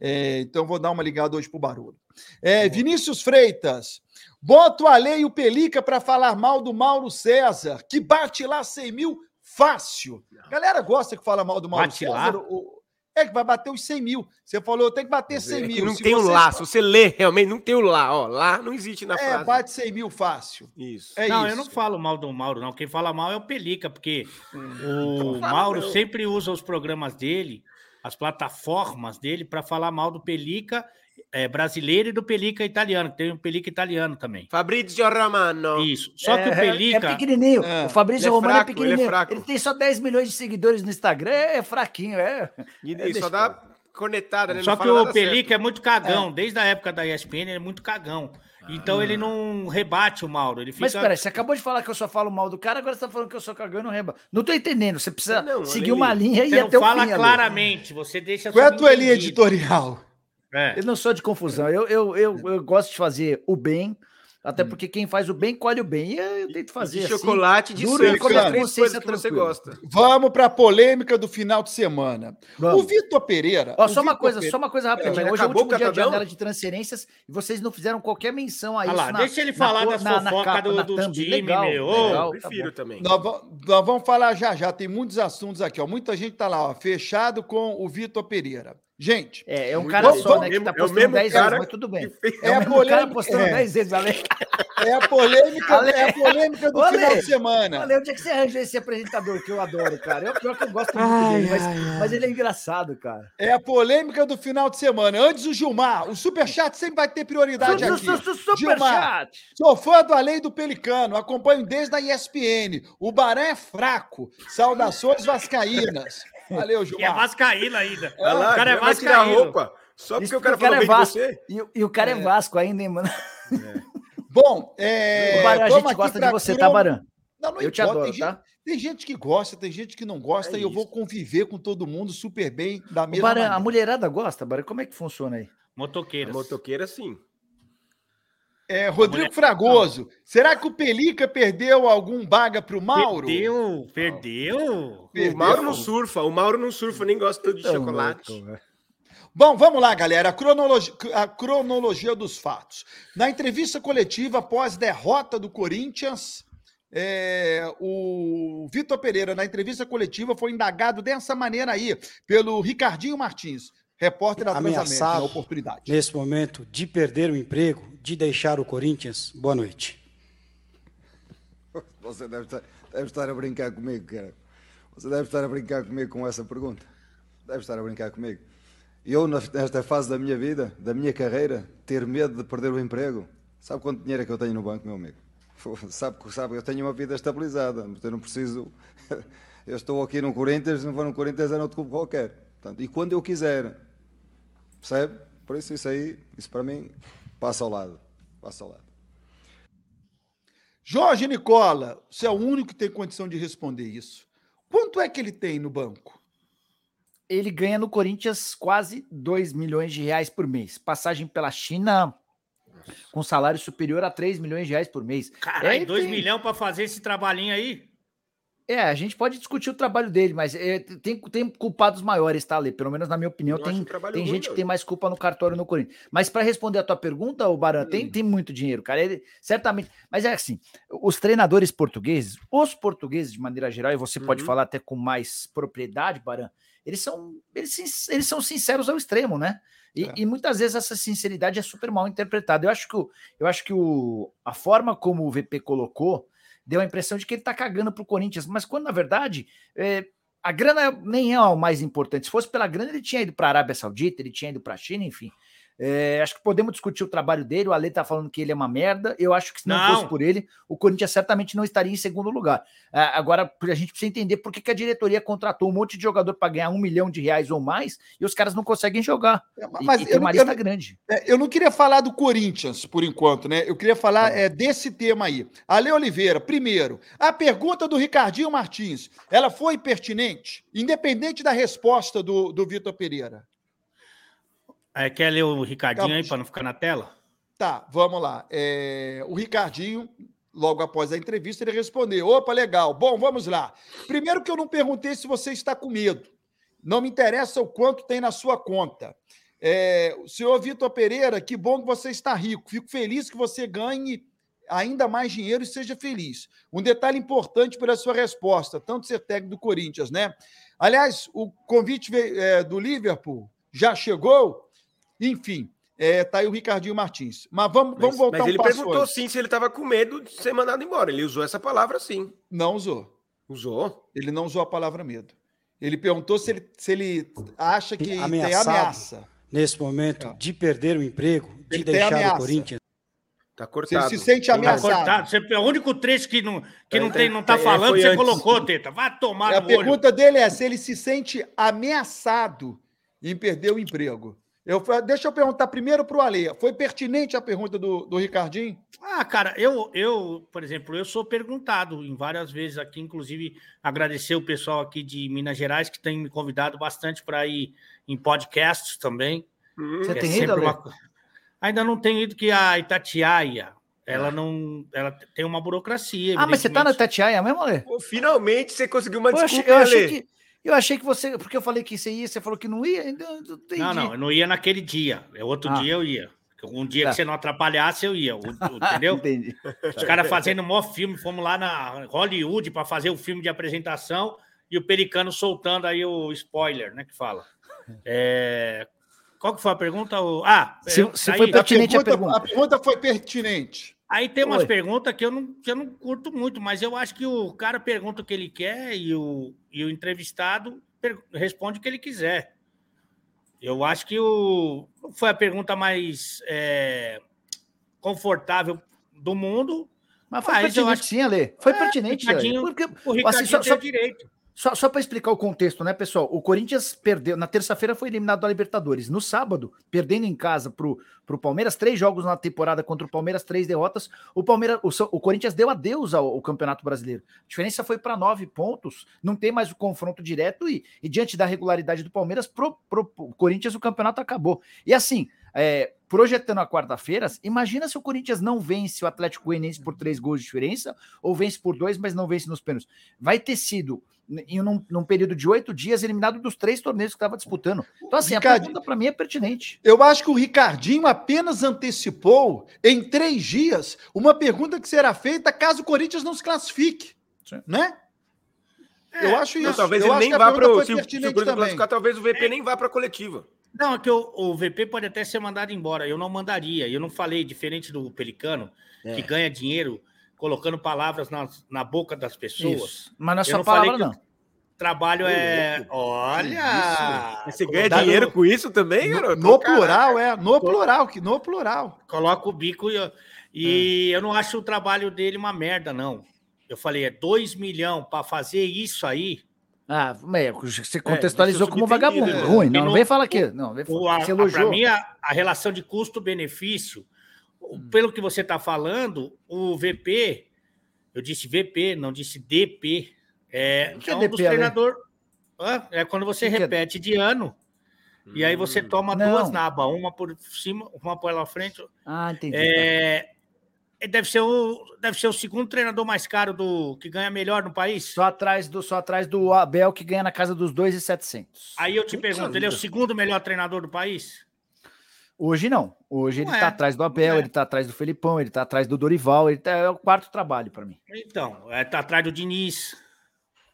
S1: É, então, vou dar uma ligada hoje para o Barolo. É, Vinícius Freitas, Bota o Ale e o Pelica para falar mal do Mauro César, que bate lá 100 mil fácil. Galera gosta que fala mal do Mauro
S3: Bate
S1: César.
S3: lá?
S1: o- É que vai bater os 100 mil. Você falou, tem que bater 100
S2: É que
S1: mil.
S2: não
S1: Se
S2: tem o
S1: vocês-
S2: lá. Se você lê, realmente, não tem o lá. Ó, lá não existe na
S1: É,
S2: frase.
S1: bate 100 mil fácil.
S2: Isso.
S1: É
S3: não,
S1: isso.
S3: eu não falo mal do Mauro, não. Quem fala mal é o Pelica, porque o
S2: Não fala,
S3: Mauro
S2: não.
S3: sempre usa os programas dele, as plataformas dele, para falar mal do Pelica eh, brasileiro e do Pelica italiano. que Tem um Pelica italiano também.
S2: Fabrizio Romano.
S3: Isso. Só que o
S4: É, É
S3: Pelica.
S4: pequenininho.
S1: É.
S4: O Fabrício
S2: Ele é
S4: Romano
S2: fraco, ele
S4: é
S2: é
S4: pequenininho. Ele,
S2: fraco.
S4: tem só 10 milhões de seguidores no Instagram, é fraquinho, é.
S2: E,
S4: É,
S2: e só
S4: deixa
S2: dá conectada, né?
S3: Só
S2: Não
S3: que
S2: fala
S3: o
S2: nada
S3: Pelica é muito cagão. Desde a época da ESPN, ele é muito cagão. Então ele não rebate o Mauro. Ele fica.
S4: Mas peraí, você acabou de falar que eu só falo mal do cara, agora você tá falando que eu sou cagão e não reba. Não tô entendendo, você precisa
S2: Não,
S4: seguir
S2: Lili,
S4: uma linha e
S3: Você
S4: ir
S3: não
S4: até o
S3: fala
S4: é fim. Ale.
S3: claramente, você deixa.
S1: Qual é a tua linha
S3: subentendido.
S1: editorial?
S3: É.
S4: Eu não sou de confusão. Eu, eu, eu, eu gosto de fazer o bem. Até porque quem faz o bem, colhe o bem. E eu tento fazer
S2: de
S4: assim.
S2: chocolate de
S4: duro
S2: sangue.
S4: e
S1: come
S2: são as
S4: três
S2: três coisas
S4: coisas que
S2: que
S4: você
S2: você gosta.
S1: Vamos para a polêmica do final de semana.
S4: Vamos.
S1: O Vitor Pereira.
S4: Ó,
S1: o
S4: só uma
S1: Vitor
S4: coisa,
S1: Pereira-
S4: só uma coisa rapidinha.
S2: já
S4: Hoje é o
S2: acabou
S4: último
S2: o
S4: dia de
S2: catadão?
S4: janela de transferências e vocês não fizeram qualquer menção a
S3: Olha
S4: isso.
S3: lá,
S4: na-
S3: deixa ele
S4: na
S3: falar
S4: cor-
S3: das
S4: na- na
S3: fofocas
S4: capa,
S3: do-
S4: na
S3: dos
S4: thumb.
S3: times,
S4: Legal,
S3: meu. Ô,
S4: legal, tá
S2: Prefiro
S4: bom.
S2: também.
S1: Nós, va- nós vamos falar já já, tem muitos assuntos aqui. Ó. Muita gente está lá, ó, fechado com o Vitor Pereira. Gente,
S4: É, é um
S2: Muito
S4: cara
S1: bom.
S4: só, né? Que
S2: Mesmo-
S4: tá
S2: é o
S4: postando
S2: mesmo
S4: 10
S2: cara
S4: vezes, mas tudo bem. É, o
S1: a
S4: mesmo cara
S1: polêmica-
S4: postando
S1: é.
S4: 10 vezes, Ale.
S1: é a polêmica,
S4: Ale-
S1: é a polêmica do
S4: Ale-
S1: final de semana.
S4: Ale, onde é que você arranjou esse apresentador que eu adoro, cara? É o pior que eu gosto muito dele, mas, mas ele é engraçado, cara.
S1: É a polêmica do final de semana. Antes o Gilmar, o Superchat sempre vai ter prioridade
S4: Su-
S1: Tá aqui.
S4: su- su- Superchat!
S1: Sou fã do Além do Pelicano, acompanho desde a ESPN. O Barão é fraco. Saudações vascaínas. Valeu,
S3: E é
S1: Gilmar. Ah,
S3: vascaína ainda.
S2: Olha lá,
S3: o cara é
S2: já vai tirar a
S3: vascaíno.
S2: roupa. Só
S4: Isso
S2: porque o cara
S4: porque o
S2: falou
S4: cara é
S2: bem de
S4: Vasco.
S2: você.
S4: E, o- e o cara é, Vasco ainda, hein, mano?
S1: Bom, é,
S4: o Barão, a
S1: vamos
S4: gente
S1: aqui
S4: gosta de
S1: pra um
S4: você,
S1: cron-
S4: tá, Barão?
S1: Não, não
S4: Eu te
S1: importa,
S4: adoro,
S1: tem,
S4: tá?
S1: gente, tem gente que gosta, tem gente que não gosta,
S2: É
S1: e eu vou
S2: isso.
S1: conviver com todo mundo super bem da
S4: O
S1: mesma
S4: Barão, a
S1: maneira.
S4: mulherada gosta, Barão? Como é que funciona aí?
S2: A
S3: Motoqueiras.
S2: motoqueira, sim.
S1: É, Rodrigo
S3: mulher-
S1: Fragoso, será que o Pelica perdeu algum baga pro Mauro?
S3: Perdeu, perdeu.
S1: Perdeu.
S2: O Mauro não surfa. O Mauro não surfa, nem gosta tanto de
S4: Tão
S2: chocolate.
S4: louco, velho.
S1: Bom, vamos lá, galera. A cronologia, a cronologia dos fatos. Na entrevista coletiva após derrota do Corinthians, é, o Vitor Pereira, na entrevista coletiva, foi indagado dessa maneira aí pelo Ricardinho Martins, repórter da Transamérica, na
S7: Ameaçado.
S1: né? oportunidade.
S7: nesse momento de perder o emprego, de deixar o Corinthians. Boa noite.
S8: Você deve estar, deve estar a brincar comigo, cara. Você deve estar a brincar comigo com essa pergunta. Deve estar a brincar comigo. Eu, na- nesta fase da minha vida, da minha carreira, ter medo de perder o emprego. Sabe quanto dinheiro é que eu tenho no banco, meu amigo? Sabe que sabe, eu tenho uma vida estabilizada. mas Eu não preciso. Eu estou aqui no Corinthians, não vou no Corinthians, é outro clube qualquer. Portanto, e quando eu quiser. Percebe? Por isso, isso aí, isso para mim, passa ao lado. Passa ao lado.
S1: Jorge Nicola, você é o único que tem condição de responder isso. Quanto é que ele tem no banco?
S4: Ele ganha no Corinthians quase 2 milhões de reais por mês. Passagem pela China com salário superior a 3 milhões de reais por mês.
S3: Caralho,
S4: É,
S3: 2
S4: tem-
S3: milhões pra fazer esse trabalhinho aí?
S4: É, a gente pode discutir o trabalho dele, mas é, tem, tem culpados maiores, tá, Ale? Pelo menos na minha opinião,
S2: Eu acho
S4: tem,
S2: um trabalho
S4: tem
S2: ruim,
S4: gente que
S2: meu.
S4: tem mais culpa no cartório no Corinthians. Mas para responder a tua pergunta, o Baran,
S2: Hum.
S4: tem, tem muito dinheiro, cara. Ele, certamente. Mas é assim, os treinadores portugueses, os portugueses de maneira geral, e você pode
S2: Uhum.
S4: falar até com mais propriedade, Baran, eles são, eles, sin- eles são sinceros ao extremo, né? E,
S1: É.
S4: e muitas vezes essa sinceridade é super mal interpretada. Eu acho que, o, eu acho que o, a forma como o VP colocou deu a impressão de que ele tá cagando pro Corinthians, mas quando na verdade é, a grana nem é o mais importante. Se fosse pela grana, ele tinha ido para a Arábia Saudita, ele tinha ido para a China, enfim. É, acho que podemos discutir o trabalho dele. O Ale tá falando que ele é uma merda. Eu acho que se não,
S3: Não.
S4: fosse por ele, o Corinthians certamente não estaria em segundo lugar. Ah, agora, a gente precisa entender por que, que a diretoria contratou um monte de jogador para ganhar um milhão de reais ou mais e os caras não conseguem jogar.
S1: É,
S4: E-
S1: Mas
S4: e
S1: eu
S4: tem uma
S1: não- eu
S4: lista
S1: não-
S4: grande.
S1: É, Eu não queria falar do Corinthians por enquanto, né? Eu queria
S4: Tá
S1: falar é, desse tema aí. Ale Oliveira, primeiro, a pergunta do Ricardinho Martins, ela foi pertinente, independente da resposta do, do Vitor Pereira.
S3: É, quer ler o Ricardinho aí
S1: Calma.
S3: pra não ficar na tela?
S1: Tá, vamos lá. É, o Ricardinho, logo após a entrevista, ele respondeu: opa, legal. Bom, vamos lá. Primeiro que eu não perguntei se você está com medo. Não me interessa o quanto tem na sua conta. É, o senhor Vitor Pereira, que bom que você está rico. Fico feliz que você ganhe ainda mais dinheiro e seja feliz. Um detalhe importante pela sua resposta, tanto ser técnico do Corinthians, né? Aliás, o convite veio, é, do Liverpool já chegou. Enfim, é, tá aí o Ricardinho Martins. Mas vamos,
S2: Mas,
S1: vamos voltar
S2: mas
S1: um
S2: ele
S1: passo
S2: perguntou
S1: antes.
S2: sim se ele tava com medo de ser mandado embora. Ele usou essa palavra sim.
S1: Não usou.
S2: Usou.
S1: Ele não usou a palavra medo. Ele perguntou se ele, se ele acha que tem
S7: Ameaçado.
S1: ameaça.
S7: Nesse momento
S1: Ah.
S7: de perder o emprego, de
S1: Ele tem
S7: deixar
S1: ameaça.
S7: o Corinthians.
S1: Se
S2: Tá
S1: ele
S2: cortado.
S1: se sente
S2: Tá
S1: ameaçado.
S3: Cortado. Você, é o único trecho que não, que
S2: Tá,
S3: não,
S2: tá,
S3: tem, não tá
S2: tá, é,
S3: falando,
S2: foi
S3: você
S2: antes.
S3: colocou, Teta. Vai
S2: Ah,
S3: tomar
S1: a
S3: no olho.
S1: pergunta dele é se ele se sente ameaçado em perder o emprego. Eu, fa- deixa eu perguntar primeiro para o Ale. Foi pertinente a pergunta do, do Ricardinho?
S3: Ah, cara, eu, eu, por exemplo, eu sou perguntado em várias vezes aqui, inclusive agradecer o pessoal aqui de Minas Gerais que tem me convidado bastante para ir em podcasts também.
S2: Hum,
S4: Você
S3: que
S4: tem
S3: é
S4: ido,
S3: sempre
S4: Ale?
S3: uma co- Ainda não tenho ido que a Itatiaia Ela não. Ela tem uma burocracia.
S4: Ah, mas você tá na
S3: evidentemente.
S4: Tatiaia mesmo, Ale?
S2: Pô, finalmente você conseguiu uma
S4: Pô, eu achei,
S2: desculpa, né,
S4: eu
S2: hein,
S4: achei
S2: Ale?
S4: que, eu achei que você. Porque eu falei que você ia, você falou que não ia. Então, não, entendi.
S3: Não, não, eu não ia naquele dia. É outro
S4: Ah.
S3: dia eu ia. Um dia
S4: Tá.
S3: que você não atrapalhasse, eu ia. o- o-
S4: Ah,
S3: Entendeu?
S4: Entendi.
S3: Os caras fazendo o maior filme, fomos lá na Hollywood para fazer o filme de apresentação e o Pelicano soltando aí o spoiler, né? Que fala. É, Qual que foi a pergunta? O- Ah,
S4: Se-
S3: eu-
S4: se
S3: aí,
S4: foi pra- Pertinente a
S1: a, pergunta,
S4: pergunta.
S1: a pergunta foi pertinente.
S3: aí tem umas
S4: Oi.
S3: perguntas que eu, não, que eu não curto muito, mas eu acho que o cara pergunta o que ele quer e o, e o entrevistado per- responde o que ele quiser. Eu acho que o, foi a pergunta mais é, confortável do mundo
S4: Mas foi
S3: Mas Ah, eu
S4: pertinente,
S3: acho-
S4: sim, Ale. Foi
S3: É,
S4: pertinente. Ale.
S3: Ricardinho-
S4: Porque,
S3: O Ricardinho
S4: Assim, só-
S3: tinha
S4: só-
S3: direito.
S4: Só, só para explicar o contexto, né, pessoal? O Corinthians perdeu. Na terça-feira foi eliminado da Libertadores. No sábado, perdendo em casa pro, pro Palmeiras, três jogos na temporada contra o Palmeiras, três derrotas. O Palmeiras, o, São- o Corinthians deu adeus ao, ao Campeonato Brasileiro. A diferença foi para nove pontos. Não tem mais o confronto direto e, e diante da regularidade do Palmeiras, pro, pro, pro Corinthians o campeonato acabou. E assim. é, projetando a quarta-feira, imagina se o Corinthians não vence o Atlético Goianiense por três gols de diferença, ou vence por dois, mas não vence nos pênaltis. Vai ter sido em um, num período de oito dias, eliminado dos três torneios que estava disputando. Então, assim, a
S1: Ricardo-
S4: pergunta para mim é pertinente.
S1: Eu acho que o Ricardinho apenas antecipou, em três dias, uma pergunta que será feita caso o Corinthians não se classifique.
S4: Sim.
S1: Né? eu acho isso.
S2: Não, Então, talvez
S1: eu
S2: ele
S1: acho
S2: nem
S1: que a
S2: vá
S1: pergunta
S2: para o.
S1: foi
S2: Se, o- se o
S1: pertinente
S2: Corinthians
S1: também.
S2: classificar, talvez o VP nem vá para a coletiva.
S3: Não, é que o, o VP pode até ser mandado embora. Eu não mandaria. Eu não falei, diferente do Pelicano,
S4: É.
S3: que ganha dinheiro colocando palavras na, na boca das pessoas.
S4: Mas não é
S3: Eu
S4: só
S3: não falei
S4: palavra,
S3: que-
S4: não.
S3: Trabalho é.
S2: Olha!
S3: Olha!
S4: É,
S2: Você ganha
S1: Dá-
S2: dinheiro com isso também,
S1: No,
S2: garoto?
S1: no
S2: Caraca.
S1: plural, é. No plural, que no plural.
S3: Coloca o bico e, eu- e
S2: Ah.
S3: eu não acho o trabalho dele uma merda, não. Eu falei, é 2 milhões para fazer isso aí.
S4: Ah, mas
S3: É,
S4: você
S2: deixa
S4: contextualizou
S2: eu
S4: como
S2: subentendido,
S4: vagabundo.
S2: né?
S4: Ruim,
S3: E
S4: não, não
S3: não-
S4: vem falar que. Não, vem
S3: O-
S4: falar.
S3: a-
S4: Você
S3: a-
S4: elogiou.
S3: Pra mim, a, a relação de custo-benefício, o-
S2: Hum.
S3: pelo que você está falando, o VP, eu disse VP, não disse DP. É,
S4: O que é
S3: é um
S4: DP,
S3: dos
S4: Ale?
S3: treinadores. É quando você
S4: O que que é?
S3: repete de ano e aí você
S2: Hum.
S3: toma
S4: Não.
S3: duas nabas, uma por cima, uma pela frente.
S4: Ah, entendi.
S3: É, é, deve, ser o, deve ser o segundo treinador mais caro do que ganha melhor no país.
S4: Só atrás, do, só atrás do Abel, que ganha na casa dos 2,700.
S3: Aí eu te
S2: Puta
S3: pergunto, ele é o
S2: vida.
S3: segundo melhor treinador do país?
S4: Hoje não. Hoje ele
S3: Não
S4: tá
S3: é,
S4: atrás do Abel,
S3: é.
S4: ele tá atrás do Felipão, ele tá atrás do Dorival, ele tá, é o quarto trabalho para mim.
S3: Então, é, tá atrás do Diniz.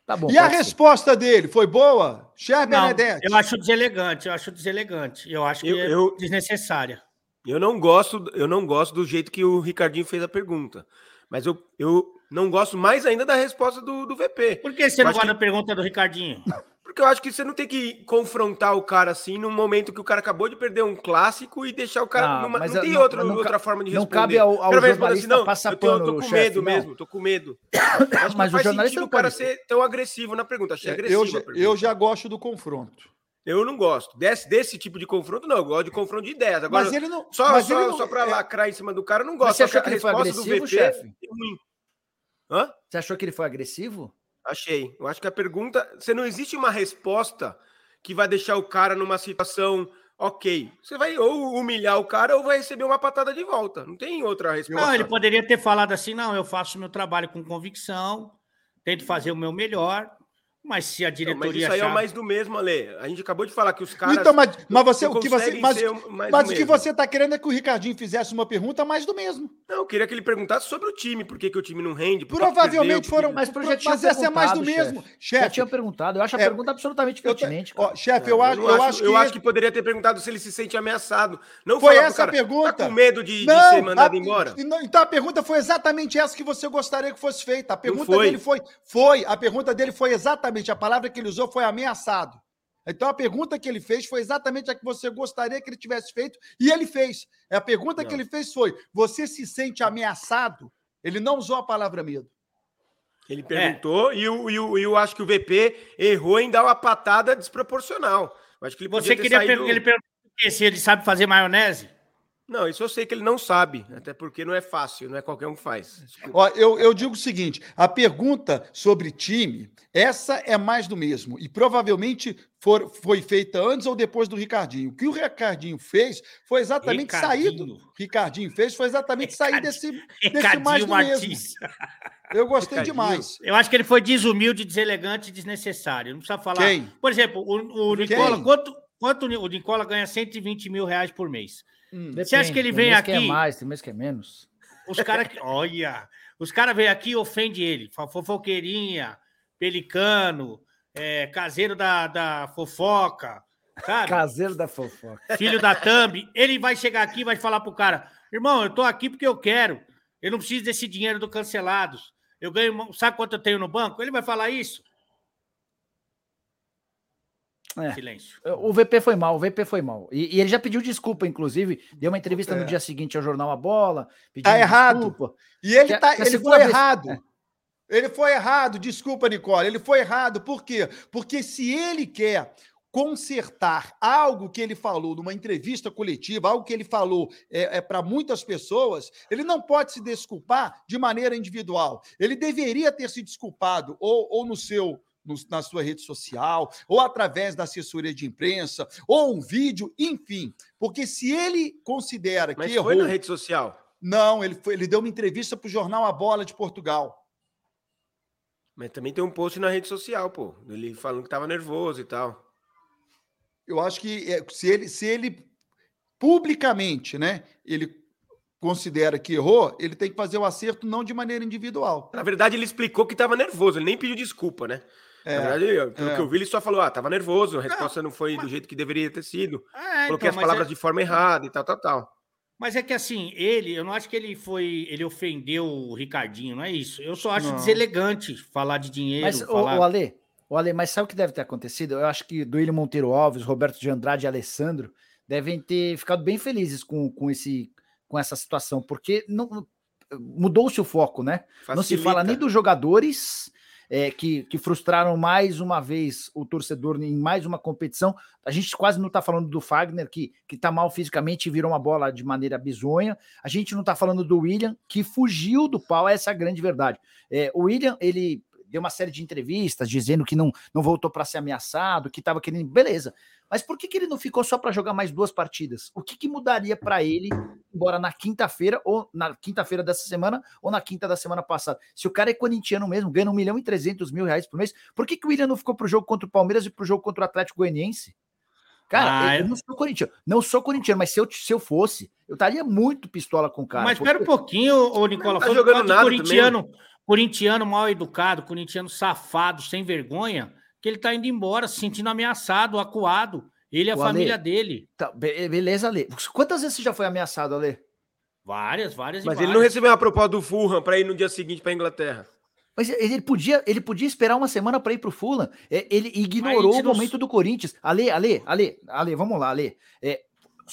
S4: Tá bom.
S1: E a
S4: pode ser.
S1: resposta dele foi boa? Cher
S3: Não,
S1: Benedetti.
S3: eu acho deselegante, eu acho deselegante. Eu acho que
S2: Eu-
S3: é
S2: eu-
S3: desnecessária.
S2: Eu não gosto, eu não gosto do jeito que o Ricardinho fez a pergunta. Mas eu, eu não gosto mais ainda da resposta do, do VP.
S3: Por que você não
S2: acho
S3: guarda a pergunta do Ricardinho?
S2: Porque eu acho que você não tem que confrontar o cara assim num momento que o cara acabou de perder um clássico e deixar o cara.
S4: Não,
S2: numa-
S4: Ah, mas
S2: não tem
S4: não-
S2: outra,
S4: não ca-
S2: outra forma de
S4: não
S2: responder.
S4: cabe ao- ao
S2: O cara vai responder
S4: jornalista passar
S2: assim, eu, tenho- eu
S4: pano
S2: tô
S4: no
S2: com
S4: chefe,
S2: medo
S4: não.
S2: mesmo, tô com medo. Acho que não
S4: Mas
S2: faz
S4: o jornalista é um
S2: sentido
S4: não
S2: o cara
S4: pode-
S2: ser tão agressivo na pergunta. Achei
S1: É,
S2: agressivo
S1: eu,
S2: a
S1: já-
S2: pergunta.
S1: eu já gosto do confronto.
S2: Eu não gosto. Desse, desse tipo de confronto, não. Eu gosto de confronto de ideias. Agora,
S1: mas ele não.
S2: só,
S1: mas
S2: só,
S1: ele não-
S2: só pra
S1: é,
S2: lacrar em cima do cara, eu não
S4: Mas
S2: gosto.
S4: você
S2: Só
S4: achou
S2: a
S4: que ele foi
S2: resposta do
S4: agressivo,
S2: VP
S4: chefe?
S2: é ruim. Hã?
S4: Você achou que ele foi agressivo?
S2: Achei. Eu acho que a pergunta. Você não existe uma resposta que vai deixar o cara numa situação ok. Você vai ou humilhar o cara ou vai receber uma patada de volta. Não tem outra resposta.
S3: Não, ele poderia ter falado assim: não, eu faço meu trabalho com convicção, tento fazer o meu melhor, mas se a
S2: Não, mas
S3: diretoria
S2: isso aí é
S3: achar.
S2: o mais do mesmo, Ale. A gente acabou de falar que os caras.
S1: Então, mas, mas você,
S2: não
S1: o que você,
S2: conseguem
S1: mas,
S2: ser o- mais um
S1: mas
S2: do
S1: o que
S2: mesmo.
S1: você está querendo é que o Ricardinho fizesse uma pergunta mais do mesmo.
S2: Não, eu queria que ele perguntasse sobre o time, por que, que o time não rende. por que que
S1: Provavelmente
S2: perdeu,
S1: foram.
S4: Mas
S1: Mas,
S4: eu já tinha
S1: essa é mais do
S4: perguntado,
S1: mesmo.
S4: Já
S1: Chefe,
S4: tinha perguntado. Eu acho a
S1: É,
S4: pergunta absolutamente
S1: eu,
S4: pertinente.
S1: ó,
S4: cara.
S1: chefe, eu,
S2: É, Eu,
S1: acho,
S2: não acho,
S1: eu acho que.
S2: eu acho que poderia ter perguntado se ele se sente ameaçado. Não
S1: Foi
S2: falar pro
S1: essa a
S2: cara, Tá
S1: pergunta.
S2: com medo de, de
S1: Não,
S2: ser mandado
S1: a-
S2: embora?
S1: e não- Então a pergunta foi exatamente essa que você gostaria que fosse feita. A pergunta
S2: foi.
S1: dele foi. Foi. A pergunta dele foi exatamente. A palavra que ele usou foi ameaçado. Então a pergunta que ele fez foi exatamente a que você gostaria que ele tivesse feito. E ele fez. A pergunta que
S2: Não.
S1: ele fez foi: Você se sente ameaçado? Ele não usou a palavra medo.
S2: Ele
S1: É.
S2: perguntou e, o, e, o, e eu acho que o VP errou em dar uma patada desproporcional. Eu Acho que ele podia
S3: Você
S2: ter
S3: queria
S2: saído-
S3: perguntar, ele perguntou por quê? se ele sabe fazer maionese?
S2: Não, isso eu sei que ele não sabe, até porque não é fácil, não é qualquer um que faz. Desculpa.
S1: Ó, eu, eu digo o seguinte: a pergunta sobre time, essa é mais do mesmo. E provavelmente for- foi feita antes ou depois do Ricardinho. O que o Ricardinho fez foi exatamente sair do.
S3: Ricardinho. É
S1: Ricardinho fez foi exatamente sair desse, desse mais
S3: Ricardinho
S1: do mesmo.
S3: Martins.
S1: Eu gostei
S2: Ricardinho.
S1: demais.
S3: Eu acho que ele foi desumilde, deselegante e desnecessário. Não precisa falar.
S1: Quem?
S3: Por exemplo, o, o Nicola, quanto, quanto o Nicola ganha 120 mil reais por mês?
S1: Hum.
S3: Você acha que ele vem
S4: mês que é
S3: aqui?
S4: mais, tem mês que é menos.
S3: Os caras que. Olha! Os caras vêm aqui e ofendem ele. Fa- Fofoqueirinha, pelicano, é, caseiro da, da fofoca, sabe?
S4: Caseiro da fofoca.
S3: filho da Thumb, ele vai chegar aqui e vai falar pro cara: irmão, eu tô aqui porque eu quero. Eu não preciso desse dinheiro do cancelados. Eu ganho. uma- Sabe quanto eu tenho no banco? Ele vai falar isso?
S4: É.
S3: Silêncio.
S4: O VP foi mal, o VP foi mal. E, e ele já pediu desculpa, inclusive. Deu uma entrevista
S1: É.
S4: no dia seguinte ao jornal A Bola. pedindo
S1: Tá errado.
S4: desculpa.
S1: E ele,
S4: Que a-
S1: tá,
S4: que a
S1: ele
S4: segunda
S1: foi
S4: vez-
S1: errado. Ele foi errado, desculpa, Nicole. Ele foi errado. Por quê? Porque se ele quer consertar algo que ele falou numa entrevista coletiva, algo que ele falou é, para muitas pessoas, ele não pode se desculpar de maneira individual. Ele deveria ter se desculpado ou, ou no seu no- na sua rede social, ou através da assessoria de imprensa, ou um vídeo, enfim. Porque se ele considera
S2: Mas
S1: que
S2: foi
S1: errou
S2: na rede social.
S1: não, ele, foi- ele deu uma entrevista para o jornal A Bola de Portugal.
S2: Mas também tem um post na rede social, pô. Ele falando que tava nervoso e tal.
S1: Eu acho que é, se ele, se ele publicamente, né, ele considera que errou, ele tem que fazer o acerto não de maneira individual.
S2: Na verdade, ele explicou que tava nervoso, ele nem pediu desculpa, né?
S1: É,
S2: Na verdade, eu- pelo
S1: é.
S2: que eu vi, ele só falou, ah, tava nervoso, a resposta não foi do jeito que deveria ter sido.
S3: Ah,
S1: então,
S2: Coloquei as
S3: mas
S2: palavras
S3: é-
S2: de forma errada e tal, tal, tal.
S3: Mas é que assim, ele, eu não acho que ele foi, ele ofendeu o Ricardinho, não é isso. Eu só acho
S1: Não.
S3: deselegante falar de dinheiro,
S4: Mas, o,
S3: falar.
S4: o Ale, o Ale, mas sabe o que deve ter acontecido? Eu acho que Duílio Monteiro Alves, Roberto de Andrade e Alessandro devem ter ficado bem felizes com, com, esse, com essa situação, porque não- mudou-se o foco, né? Não se fala nem dos jogadores é, que, que frustraram mais uma vez o torcedor em mais uma competição. A gente quase não está falando do Fagner, que, que tá mal fisicamente e virou uma bola de maneira bizonha. A gente não está falando do William, que fugiu do pau, essa é a grande verdade. É, o William, ele deu uma série de entrevistas dizendo que não, não voltou para ser ameaçado, que estava querendo. Beleza. Mas por que, que ele não ficou só para jogar mais duas partidas? O que, que mudaria para ele, embora na quinta-feira, ou na quinta-feira dessa semana, ou na quinta da semana passada? Se o cara é corintiano mesmo, ganha 1 milhão e 300 mil reais por mês, por que, que o William não ficou pro jogo contra o Palmeiras e pro jogo contra o Atlético Goianiense? Cara,
S3: Ah,
S4: eu, eu
S3: eu-
S4: não sou corintiano. Não sou corintiano, mas se eu, se eu fosse, eu estaria muito pistola com o cara.
S3: Mas espera um pouquinho, ô Nicola.
S2: Não tá
S3: foi por
S2: jogando
S3: causa de
S2: nada
S3: corintiano, corintiano mal educado, corintiano safado, sem vergonha, que ele tá indo embora, se sentindo ameaçado, acuado. Ele e a
S4: O Ale.
S3: família dele.
S4: Tá, be- beleza, Ale. Quantas vezes você já foi ameaçado, Ale?
S3: Várias, várias
S2: Mas
S3: e
S2: ele
S3: várias.
S2: não recebeu uma proposta do Fulham para ir no dia seguinte para Inglaterra.
S4: Mas ele podia, ele podia esperar uma semana para ir pro Fulham. É, Ele
S3: Mas a
S4: ignorou
S3: gente
S4: o
S3: não-
S4: momento do Corinthians. Ale, Ale, Ale, Ale, vamos lá, Ale. É,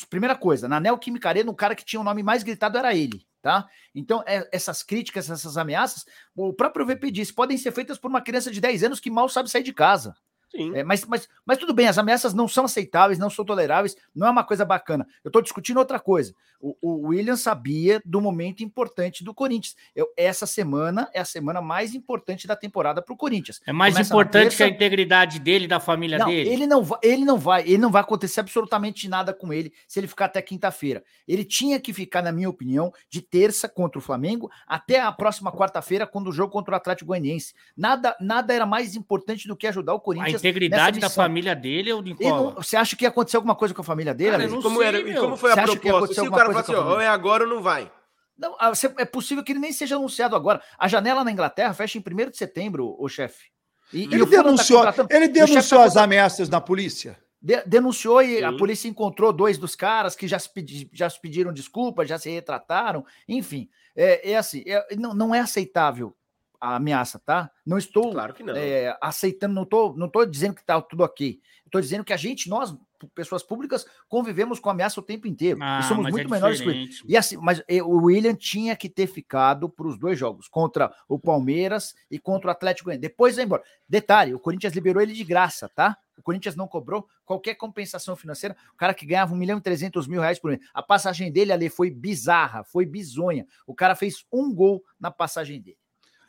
S4: primeira coisa, na Neoquímica Arena, o cara que tinha o nome mais gritado era ele, tá? Então, é, essas críticas, essas ameaças, o próprio VP disse, podem ser feitas por uma criança de 10 anos que mal sabe sair de casa.
S2: Sim.
S4: É, mas, mas, mas tudo bem, as ameaças não são aceitáveis, não são toleráveis, não é uma coisa bacana. Eu estou discutindo outra coisa. O, o William sabia do momento importante do Corinthians. Eu- essa semana é a semana mais importante da temporada para o Corinthians.
S3: É mais
S4: Começa na
S3: importante que a
S4: terça.
S3: integridade dele, da família
S4: Não,
S3: dele.
S4: ele não vai, ele não vai, ele não vai acontecer absolutamente nada com ele se ele ficar até quinta-feira. Ele tinha que ficar, na minha opinião, de terça contra o Flamengo até a próxima quarta-feira, quando o jogo contra o Atlético Goianiense. Nada, nada era mais importante do que ajudar o
S3: A
S4: Corinthians.
S3: integridade da
S4: missão.
S3: família dele, ô
S4: Ele
S3: Nicola.
S4: não- você acha que ia acontecer alguma coisa com a família dele?
S3: Cara,
S4: Ale?
S3: eu não
S2: como
S3: sei,
S2: era, e
S3: meu.
S2: como foi a
S4: Você acha que ia
S2: proposta?
S4: acontecer
S2: Se o
S4: alguma
S2: cara falar
S4: coisa
S2: assim,
S4: com a
S2: ó, ou é agora ou não vai.
S4: Não, ah, você- é possível que ele nem seja anunciado agora. A janela na Inglaterra fecha em 1 de setembro, o chefe. E, e
S1: Hum. Ele
S4: o Fulham tá
S1: denunciou,
S4: contratando-
S1: ele
S4: chefe tá
S1: denunciou as
S4: contratando-
S1: ameaças na polícia.
S4: de- denunciou e a
S2: Sim.
S4: polícia encontrou dois dos caras que já se, pedi- já se pediram desculpa, já se retrataram. Enfim, é, é assim, é- não, não é aceitável a ameaça, tá? Não estou
S2: Claro que não.
S4: é, aceitando, não tô, não tô dizendo que tá tudo ok. Estou dizendo que a gente, nós, p- pessoas públicas, convivemos com ameaça o tempo inteiro.
S3: Ah,
S4: e somos
S3: mas
S4: muito
S3: é
S4: menores que
S3: diferente.
S4: e assim, mas eh, o William tinha que ter ficado para os dois jogos, contra o Palmeiras e contra o Atlético Goianiense. Depois vai embora. Detalhe, o Corinthians liberou ele de graça, tá? O O Corinthians não cobrou qualquer compensação financeira. O cara que ganhava 1 milhão e 300 mil reais por mês. A passagem dele ali foi bizarra, foi bizonha. O cara fez um gol na passagem dele.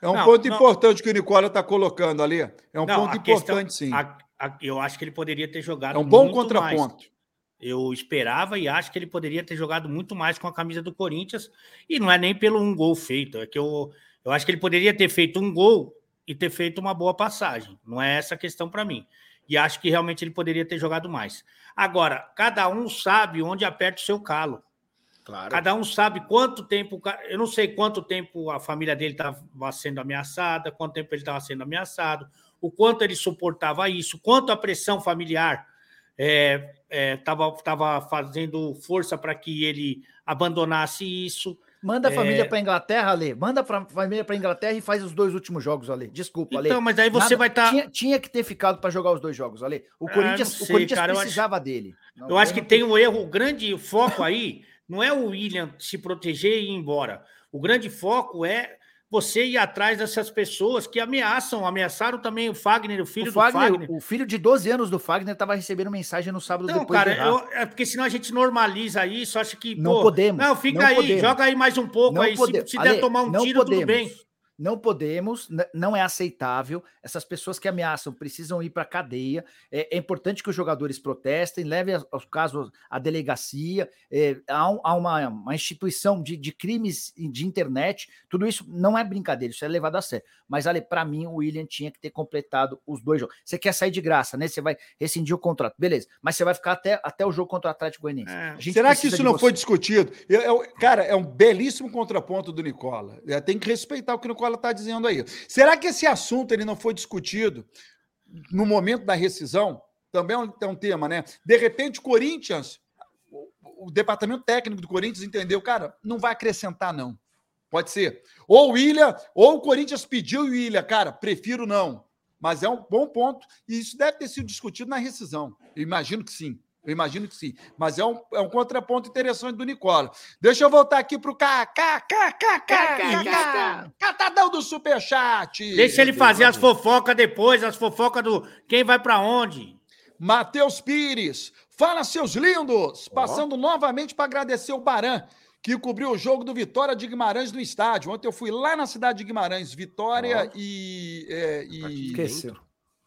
S1: É um
S3: Não,
S1: ponto
S3: não.
S1: importante que o Nicola está colocando ali. É um
S3: Não,
S1: ponto
S3: a questão-
S1: importante, sim.
S3: a- a- eu acho que ele poderia ter jogado.
S1: É um bom
S3: muito mais.
S1: contraponto.
S3: Eu esperava e acho que ele poderia ter jogado muito mais com a camisa do Corinthians. E não é nem pelo um gol feito. É que eu, eu acho que ele poderia ter feito um gol e ter feito uma boa passagem. Não é essa a questão para mim. E acho que realmente ele poderia ter jogado mais. Agora, cada um sabe onde aperta o seu calo.
S2: Claro.
S3: Cada um sabe quanto tempo. o ca- Eu não sei quanto tempo a família dele estava sendo ameaçada, quanto tempo ele estava sendo ameaçado, o quanto ele suportava isso, quanto a pressão familiar é, estava fazendo força para que ele abandonasse isso.
S4: Manda a
S3: É.
S4: família pra Inglaterra, Ale. Manda pra família pra Inglaterra e faz os dois últimos jogos, Ale. Desculpa, Ale.
S3: Então, mas aí você
S4: Nada-
S3: vai estar.
S4: tinha, tinha que ter ficado pra jogar os dois jogos, Ale. O
S3: Ah,
S4: Corinthians,
S3: não
S4: o
S3: sei,
S4: Corinthians
S3: cara, eu acho-
S4: precisava dele. Não,
S3: Eu acho que
S4: não-
S3: tem um erro, o grande foco aí não é o William se proteger e ir embora. O grande foco é você ir atrás dessas pessoas que ameaçam, ameaçaram também o Fagner, o filho
S4: o, Fagner,
S3: do Fagner.
S4: o filho de 12 anos do Fagner estava recebendo mensagem no sábado
S3: Não,
S4: depois
S3: cara,
S4: de errar.
S3: eu- é porque senão a gente normaliza isso, acha que.
S4: Não podemos,
S3: Não, fica
S4: não
S3: aí,
S4: podemos.
S3: joga aí mais um pouco aí. Se,
S4: podemos.
S3: se der
S4: Ale,
S3: tomar um
S4: não
S3: tiro, tudo bem.
S4: Não podemos, n- não é aceitável. Essas pessoas que ameaçam precisam ir para cadeia. É, é importante que os jogadores protestem, levem as- os casos à delegacia, é, há, um- há uma, uma instituição de, de crimes e de internet. Tudo isso não é brincadeira, isso é levado a sério. Mas, Ale, para mim, o William tinha que ter completado os dois jogos. Você quer sair de graça, né? Você vai rescindir o contrato, beleza. Mas você vai ficar até, até o jogo contra o Atlético Goianiense.
S3: É.
S4: A gente
S1: Será que
S4: precisa
S1: isso
S4: de
S1: não
S4: você.
S1: foi discutido? Eu- eu- cara, é um belíssimo contraponto do Nicola. É, tem que respeitar o que o Nicola está dizendo aí. Será que esse assunto ele não foi discutido no momento da rescisão? Também é um, é um tema, né? De repente, o Corinthians, o, o departamento técnico do Corinthians entendeu, cara, não vai acrescentar, não. Pode ser. Ou o Willian, ou o Corinthians pediu e o Willian, cara, prefiro não. Mas é um bom ponto. E isso deve ter sido discutido na rescisão. Eu imagino que sim. Eu imagino que sim. Mas é um, é um contraponto interessante do Nicola. Deixa eu voltar aqui pro KKKKKK. Catadão do Superchat.
S3: Deixa ele fazer as fofocas depois, as fofocas do quem vai pra onde.
S1: Matheus Pires. Fala, seus lindos! Passando novamente para agradecer o Baran, que cobriu o jogo do Vitória de Guimarães no estádio. Ontem eu fui lá na cidade de Guimarães, Vitória e. é, e-
S4: Esqueceu.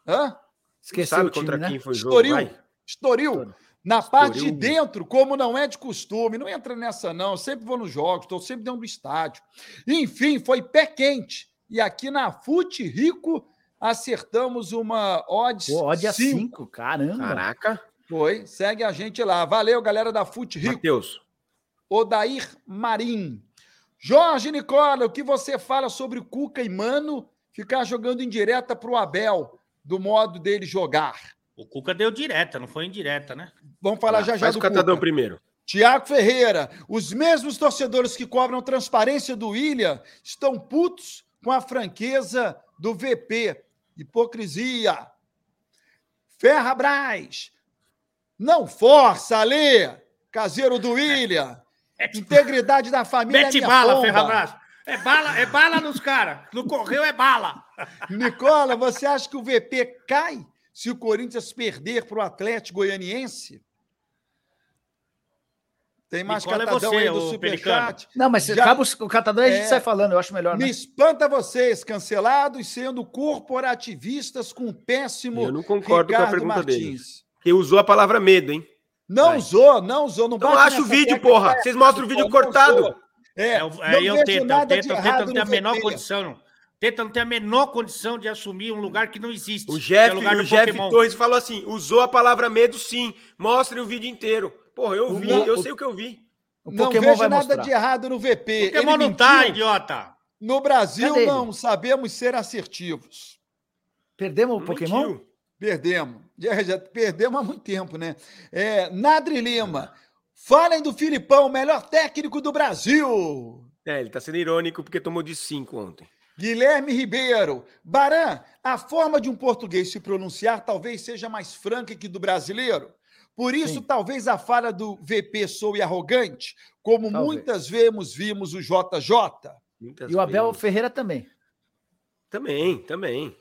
S1: Hã?
S4: Esqueceu
S2: Sabe
S4: o time,
S2: contra
S4: né?
S2: quem foi o jogo?
S1: Estoril.
S2: vai?
S1: Estoril. Na parte de
S2: Estoril.
S1: dentro, como não é de costume, não entra nessa não, eu sempre vou nos jogos, estou sempre dentro do estádio. Enfim, foi pé quente. E aqui na Fute Rico acertamos uma odds é
S4: Pô, ódio a
S1: cinco.
S4: 5, caramba.
S2: Caraca.
S1: Foi, segue a gente lá. Valeu, galera da Fute Rico.
S2: Matheus.
S1: Odair Marim. Jorge Nicola, o que você fala sobre o Cuca e Mano ficar jogando indireta para o Abel, do modo dele jogar?
S3: O Cuca deu direta, não foi indireta, né?
S1: Vamos falar já já
S2: Ah, Faz
S1: do
S2: o catadão
S1: Cuca.
S2: primeiro.
S1: Tiago Ferreira, os mesmos torcedores que cobram transparência do Willian estão putos com a franqueza do VP. Hipocrisia. Ferra Braz, não força, Alê! Caseiro do Willian, integridade da família é
S3: É, tipo Mete
S1: minha
S3: bala,
S1: pomba.
S3: Ferrabras. É bala, é bala nos caras. Não correu, é bala.
S1: Nicola, você acha que o VP cai se o Corinthians perder para o Atlético Goianiense? Tem mais
S3: Nicola, é
S1: catadão
S3: você,
S1: aí do
S3: ô,
S1: Superchat.
S4: Não, mas se
S1: Já-
S4: acaba o, o catadão e a gente
S1: É.
S4: sai falando, eu acho melhor,
S1: Me
S4: né?
S1: espanta vocês, cancelados, sendo corporativistas com o péssimo
S2: Eu não concordo com a
S1: Ricardo
S2: pergunta dele.
S1: Martins.
S2: Que usou a palavra medo, hein?
S1: Não
S2: Vai.
S1: usou, não usou. Não
S2: Então
S1: bate
S2: acha o
S1: nessa
S2: vídeo,
S1: tecla.
S2: porra. Vocês mostram o vídeo
S1: Porra, não
S2: cortado.
S1: usou. É,
S3: É, o-
S1: não
S3: é, e o
S1: vejo
S3: Teta. O
S1: nada de
S3: Teta, o Teta
S1: errado
S3: não tem a
S1: no
S3: menor
S1: VP.
S3: condição. O Teta não tem a menor condição de assumir um lugar que não existe.
S2: O
S3: que
S2: Jeff,
S3: é lugar
S2: o
S3: do
S2: Jeff
S3: Pokémon.
S2: Torres falou assim: usou a palavra medo sim. Mostrem o vídeo inteiro. Porra, eu
S1: O
S2: vi,
S1: meu-
S2: eu sei o que eu vi.
S4: O
S1: Não
S4: Pokémon
S1: vejo
S4: vai
S1: nada
S4: mostrar.
S1: de errado no VP.
S3: Pokémon
S1: Ele
S3: não tá,
S1: mentiu.
S3: idiota.
S1: No Brasil,
S4: Cadê ele?
S1: não sabemos ser assertivos.
S4: Perdemos um o Pokémon?
S2: Mentiu.
S1: Perdemos. Já, já perdemos há muito tempo, né? É, Nadri Lima. Falem do Filipão, melhor técnico do Brasil.
S2: É, ele tá sendo irônico porque tomou de 5 ontem.
S1: Guilherme Ribeiro. Baran, a forma de um português se pronunciar talvez seja mais franca que do brasileiro. Por isso,
S4: Sim.
S1: talvez a fala do VP soe arrogante, como
S4: Talvez.
S1: muitas vezes vimos o JJ.
S2: Muitas
S4: E o Abel
S2: vezes.
S4: Ferreira também.
S2: Também, também.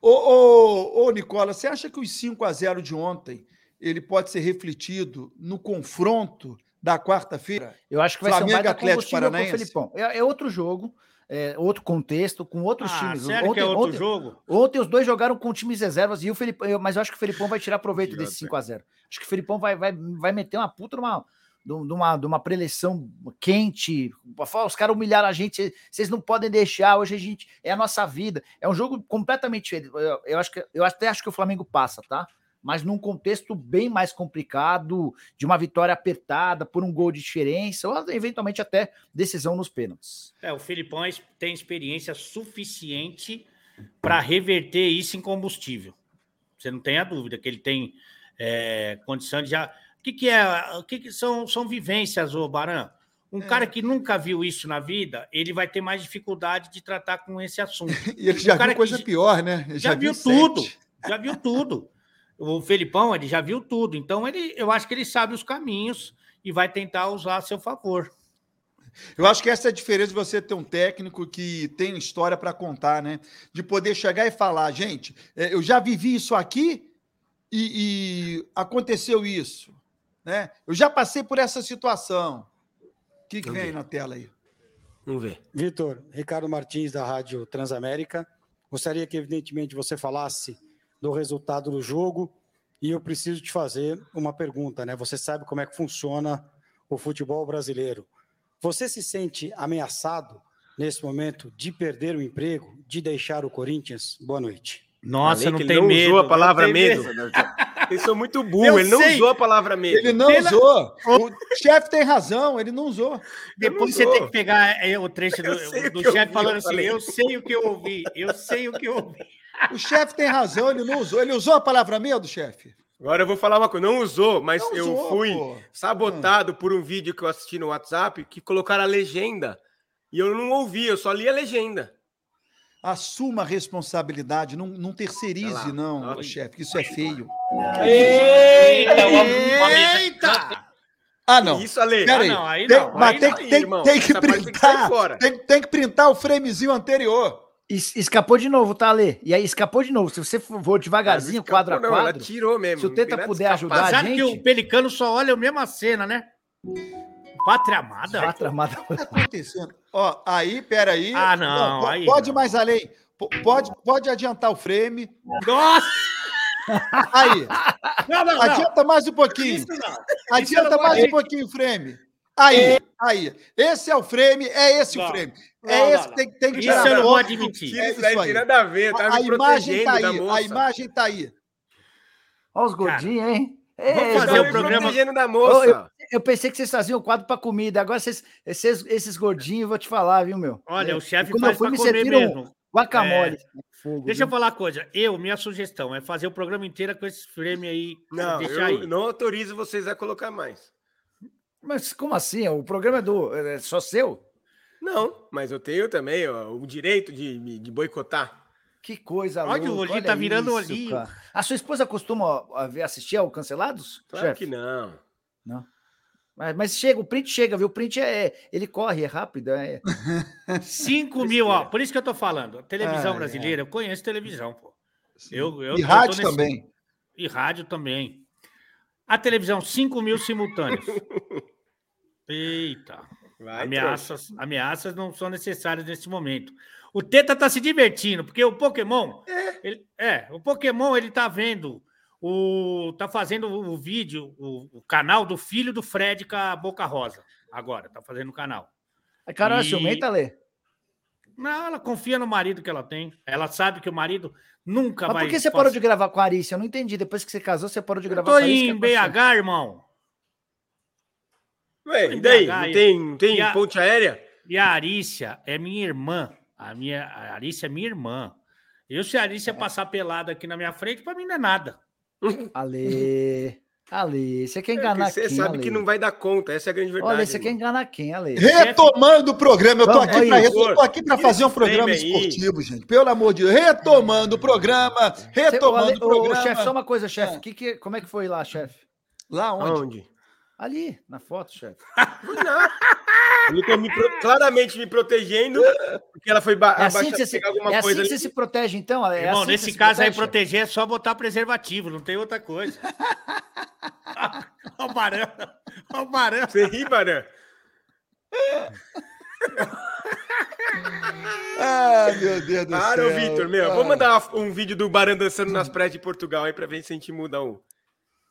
S1: Ô, ô, ô, Nicola, você acha que os 5 a 0 de ontem ele pode ser refletido no confronto da quarta-feira?
S4: Eu acho que vai
S1: Flamengo
S4: ser um baita
S1: Atlético
S4: combustível pro
S1: Paranaense.
S4: Felipão. É, é outro jogo, é outro contexto, com outros
S3: Ah,
S4: times.
S3: sério que é outro jogo?
S4: Ontem os dois jogaram com times reservas, e o Felipão, eu- mas eu acho que o Felipão vai tirar proveito
S2: Idiota.
S4: desse 5x0. Acho que o Felipão vai, vai, vai meter uma puta numa, num- numa, numa preleção quente. Falar, Os caras humilharam a gente, vocês não podem deixar, hoje a gente. É a nossa vida. É um jogo completamente. diferente. Eu, eu acho que, eu até acho que o Flamengo passa, tá? Mas num contexto bem mais complicado, de uma vitória apertada, por um gol de diferença, ou eventualmente até decisão nos pênaltis.
S3: É, o Filipão es- tem experiência suficiente para reverter isso em combustível. Você não tem a dúvida que ele tem é, condição de já. O que, que é? O que, que são, são vivências, ô Baran? Um
S2: É.
S3: cara que nunca viu isso na vida, ele vai ter mais dificuldade de tratar com esse assunto.
S1: E ele
S3: O
S1: já
S3: cara
S1: viu
S3: que
S1: coisa
S3: já-
S1: pior, né? Ele
S3: já, viu
S1: sete.
S3: tudo. Já viu tudo. O Felipão, ele já viu tudo. Então, ele, eu acho que ele sabe os caminhos e vai tentar usar a seu favor.
S1: Eu acho que essa é a diferença de você ter um técnico que tem história para contar, né? De poder chegar e falar, gente, eh, eu já vivi isso aqui e, e aconteceu isso, né? Eu já passei por essa situação. O que, que vem aí na tela aí?
S2: Vamos ver.
S7: Vitor, Ricardo Martins, da Rádio Transamérica. Gostaria que, evidentemente, você falasse do resultado do jogo. E eu preciso te fazer uma pergunta, né? Você sabe como é que funciona o futebol brasileiro. Você se sente ameaçado nesse momento de perder o emprego, de deixar o Corinthians? Boa noite.
S3: Nossa,
S2: Falei
S3: não
S2: que
S3: tem
S2: ele não
S3: medo.
S2: usou a palavra
S6: Tem
S2: medo. Eles são muito burros,
S3: Eu
S2: ele não
S3: sei.
S2: usou a palavra medo.
S1: Ele não usou. O chefe tem razão, ele não usou.
S3: Depois
S2: Eu
S3: você
S2: não
S3: tem
S2: dou.
S3: que pegar é, o trecho
S2: Eu sei
S3: do,
S2: o
S3: do
S2: que eu
S3: chefe
S2: vi,
S3: falando
S2: eu
S3: assim:
S2: falei.
S3: eu sei o que eu ouvi, eu sei o que eu ouvi.
S1: O chefe tem razão, ele não usou. Ele usou a palavra medo, chefe?
S2: Agora eu vou falar uma coisa. Não usou, mas
S1: Não
S2: eu
S1: usou,
S2: fui
S1: pô.
S2: sabotado por um vídeo que eu assisti no WhatsApp que colocaram a legenda. E eu não ouvi, eu só li a legenda.
S1: Assuma a responsabilidade, não, não terceirize,
S2: Olha lá,
S1: não,
S2: olha.
S1: chefe, que isso é feio.
S3: É,
S6: Eita,
S3: Eita!
S1: Ah, não.
S2: Isso, Ale.
S1: Pera
S3: Ah,
S1: aí.
S3: não, aí
S1: Tem-
S3: não, aí
S1: mas tem,
S2: não,
S1: que-
S2: aí,
S1: tem-
S2: irmão,
S1: tem que
S2: essa parte tem que sair
S1: printar.
S2: fora.
S1: Tem, tem que printar o framezinho anterior.
S4: Es- Escapou de novo, tá, Ale? E aí, escapou de novo. Se você for devagarzinho,
S2: Escapou,
S4: quadro a
S2: não,
S4: quadro.
S2: Ela é tirou mesmo.
S4: se o
S2: não tem
S4: Teta
S2: nada de
S4: puder
S2: escapar.
S4: ajudar-
S3: Sabe que
S4: gente-
S3: o Pelicano só olha a mesma cena, né? Pátria amada?
S4: Quatro armadas.
S1: O que está Tá acontecendo? Ó, aí, peraí.
S3: Ah, não,
S1: po-
S3: aí
S1: Pode ir
S3: não.
S1: mais além. Po- Pode, pode adiantar o frame.
S3: Nossa!
S1: Aí,
S3: Não, não,
S2: é
S3: não.
S1: adianta mais um pouquinho.
S3: Isso não.
S1: Adianta
S3: não
S1: mais
S3: pode.
S1: um pouquinho o frame. Aí, aí. Esse é o frame, é esse o
S3: É. Não,
S1: frame.
S3: não,
S1: É esse
S3: não,
S1: que tem, tem
S2: um
S1: que
S3: Isso
S1: tirar
S3: eu não
S1: foto.
S3: vou admitir.
S2: Tira
S1: É
S2: isso daí,
S1: isso
S2: não
S1: aí.
S2: tem nada a ver. Tá
S1: A, a
S2: me
S1: imagem
S2: protegendo
S1: tá
S2: da
S1: aí,
S2: moça.
S1: a imagem tá aí.
S4: Olha os
S3: Cara,
S4: gordinhos, hein?
S3: vamos
S4: Ei,
S3: fazer
S2: Tá
S1: um
S2: me
S3: o
S4: gordinho.
S3: programa-
S2: protegendo da moça.
S4: Eu pensei que vocês faziam quadro pra comida. Agora vocês, esses, esses gordinhos, vou te falar, viu, meu?
S3: Olha, o chefe
S4: Quando
S3: faz
S4: eu fui,
S3: pra
S4: me
S3: comer
S4: serviram
S3: mesmo.
S4: guacamole. né,
S3: Deixa eu falar uma coisa. Eu, minha sugestão é fazer o programa inteiro com esse frame aí.
S2: Não,
S3: deixa
S2: eu
S3: aí.
S2: não autorizo vocês a colocar mais.
S4: Mas como assim? O programa é do é só seu?
S2: Não, mas eu tenho também ó, o direito de, me- de boicotar.
S4: Que coisa
S3: Olha,
S4: louca.
S3: o olhinho tá virando
S4: isso,
S3: olhinho.
S4: cara. A sua esposa costuma ó, a ver- assistir ao Cancelados?
S2: Claro
S4: chefe?
S2: que não.
S4: Mas, mas chega, o print chega, viu? O print é. é- Ele corre, é rápido. É...
S3: 5 mil, ó. Por isso que eu tô falando. Televisão
S1: Ai,
S3: brasileira, eu conheço televisão, pô. Eu, eu,
S1: e
S3: eu tô
S1: rádio
S3: nesse-
S1: também.
S3: E rádio também. A televisão, 5 mil simultâneos. Eita.
S2: Vai,
S3: ameaças, ameaças não são necessárias nesse momento. O Teta tá se divertindo, porque o Pokémon. É, ele, é o Pokémon ele tá vendo. O, tá fazendo o vídeo, o, o canal do filho do Fred com a Boca Rosa. Agora, tá fazendo o canal.
S4: A Carol é
S3: E-
S4: ciumenta, Lê?
S3: Não, ela confia no marido que ela tem. Ela sabe que o marido nunca
S4: Mas
S3: vai.
S4: por que você
S3: fac-
S4: parou de gravar com a Arícia? Eu não entendi. Depois que você casou, você parou de
S3: Eu
S4: gravar
S3: Tô
S4: com a Arícia?
S3: em
S4: O que aconteceu?
S3: BH, irmão.
S2: trouxa. Ué,
S3: Em
S2: e daí?
S3: BH,
S2: Não
S3: e-
S2: tem, não tem
S3: e a-
S2: ponte aérea?
S3: E a Arícia é minha irmã. A minha a Arícia é minha irmã. Eu, se a Arícia passar pelada aqui na minha frente, pra mim não é nada.
S4: Ale. Ale, você quer
S2: É,
S4: enganar
S2: porque você
S4: quem?
S2: sabe
S4: Ale?
S2: que não vai dar conta, essa é a grande verdade.
S4: Olha, você quer
S2: irmão.
S4: enganar quem, Ale?
S1: Retomando o programa, eu tô
S4: Vamos,
S1: aqui pra
S4: aí,
S1: eu tô
S2: Igor.
S1: aqui para
S2: Tira
S1: fazer um
S2: esse frame
S1: programa
S2: aí.
S1: esportivo, gente. Pelo amor de Deus, retomando o programa,
S4: Você, ô,
S1: retomando
S4: Ale,
S1: o
S4: ô, ô, chefe, só
S1: programa.
S4: uma coisa,
S2: Ah.
S4: chefe. Que que- como é que
S1: é
S4: foi lá, chefe?
S1: Lá onde?
S2: Aonde?
S4: Ali, na foto, chefe.
S2: Fui lá. Eu tô tá me pro- claramente me protegendo, porque ela foi ba-
S4: É assim que
S2: abaixar
S4: você se,
S2: pegar alguma
S4: é assim
S2: coisa
S4: que
S2: ali.
S4: você se protege, então? É
S3: Irmão,
S4: assim que você
S3: nesse
S4: se
S3: caso aí,
S4: protege?
S3: proteger é só botar preservativo, não tem outra coisa. Olha o barão, olha o barão.
S2: Você ri, Barão?
S8: Ah, meu Deus do
S2: Para,
S8: céu.
S2: ô Vitor, meu.
S8: cara.
S2: Vou mandar uma- um vídeo do Barão dançando nas praias de Portugal aí pra ver se a gente muda um.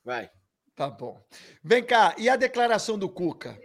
S2: Vai.
S1: Tá bom. Vem cá, e a declaração do Cuca?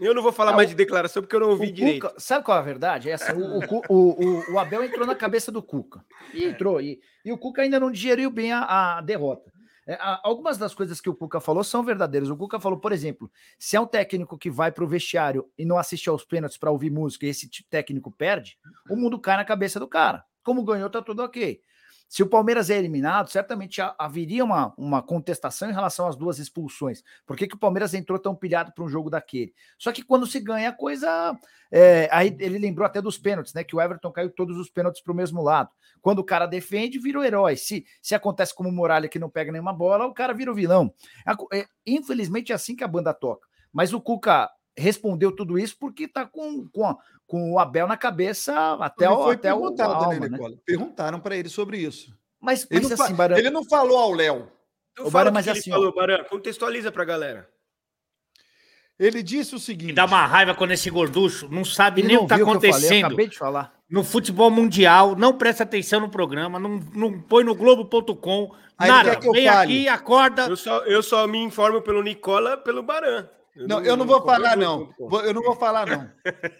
S2: Eu não vou falar mais de declaração porque eu não ouvi
S4: Ah, O
S2: direito.
S4: Cuca- sabe qual é a verdade? É assim, o, o Cu- o- o- o Abel entrou na cabeça do Cuca.
S2: É.
S4: E entrou. E, e o Cuca ainda não digeriu bem a, a derrota. É, a- algumas das coisas que o Cuca falou são verdadeiras. O Cuca falou, por exemplo, se é um técnico que vai para o vestiário e não assiste aos pênaltis para ouvir música e esse ti- técnico perde, o mundo cai na cabeça do cara. Como ganhou, tá tudo ok. Se o Palmeiras é eliminado, certamente ha- haveria uma, uma contestação em relação às duas expulsões. Por que, que o Palmeiras entrou tão pilhado para um jogo daquele? Só que quando se ganha, a coisa é, aí ele lembrou até dos pênaltis, né? Que o Everton caiu todos os pênaltis para o mesmo lado. Quando o cara defende, vira o herói. Se, se acontece como o Muralha que não pega nenhuma bola, o cara vira o vilão. A co- é, infelizmente é assim que a banda toca. Mas o Cuca respondeu tudo isso porque tá com, com, a- com o Abel na cabeça até
S1: Ele
S4: o, até o a
S1: perguntado, né,
S4: alma, né?
S1: Nicola? Perguntaram para ele sobre isso.
S4: Mas,
S1: Ele,
S4: mas
S1: não, fa-
S4: assim, Barão,
S1: ele não falou ao Léo.
S2: Então
S4: Ô,
S2: fala o
S4: Barão,
S2: que
S4: mas
S2: que ele
S4: assim, ó.
S2: falou, Barão. Contextualiza pra galera.
S1: Ele disse o
S3: Me
S1: seguinte:
S3: dá uma raiva quando esse gorducho não sabe
S4: ele
S3: nem
S4: não
S3: o que tá
S4: ouviu eu falei, eu
S3: acontecendo
S4: acabei de falar.
S3: no futebol mundial, não presta atenção no programa, não, não põe no globo.com,
S1: Aí ele
S3: nada.
S1: quer que eu
S3: Vem
S1: fale.
S3: aqui, acorda.
S2: Eu só, eu só me informo pelo Nicola, pelo Barão.
S1: Não, eu não vou falar,
S2: eu
S1: não. Vou- Eu não vou falar, não.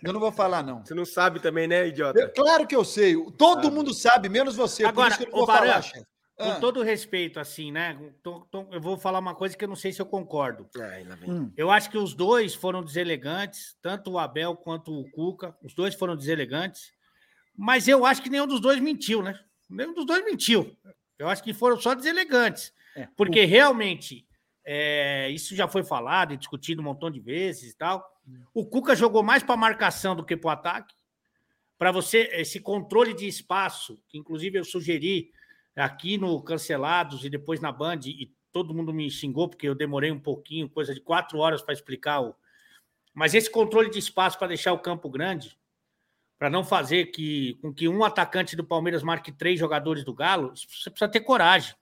S1: Eu não vou falar, não.
S2: Você não sabe também, né, idiota?
S1: Eu- claro que eu sei. Todo mundo sabe, menos você.
S3: Agora,
S1: por isso que eu não vou
S3: ô, Barão,
S1: falar, chefe. Ah,
S3: Com todo respeito, assim, né? Tô- tô- eu vou falar uma coisa que eu não sei se eu concordo.
S2: Ai, lá vem.
S3: Eu acho que os dois foram deselegantes, tanto o Abel quanto o Cuca. Os dois foram deselegantes. Mas eu acho que nenhum dos dois mentiu, né? Nenhum dos dois mentiu. Eu acho que foram só deselegantes.
S4: É,
S3: Porque realmente, é, isso já foi falado e discutido um montão de vezes e tal. O Cuca jogou mais para marcação do que para o ataque. Para você, esse controle de espaço, que inclusive eu sugeri aqui no Cancelados e depois na Band, e todo mundo me xingou porque eu demorei um pouquinho, coisa de quatro horas para explicar. O... Mas esse controle de espaço para deixar o campo grande, para não fazer que, com que um atacante do Palmeiras marque três jogadores do Galo, isso você precisa ter coragem.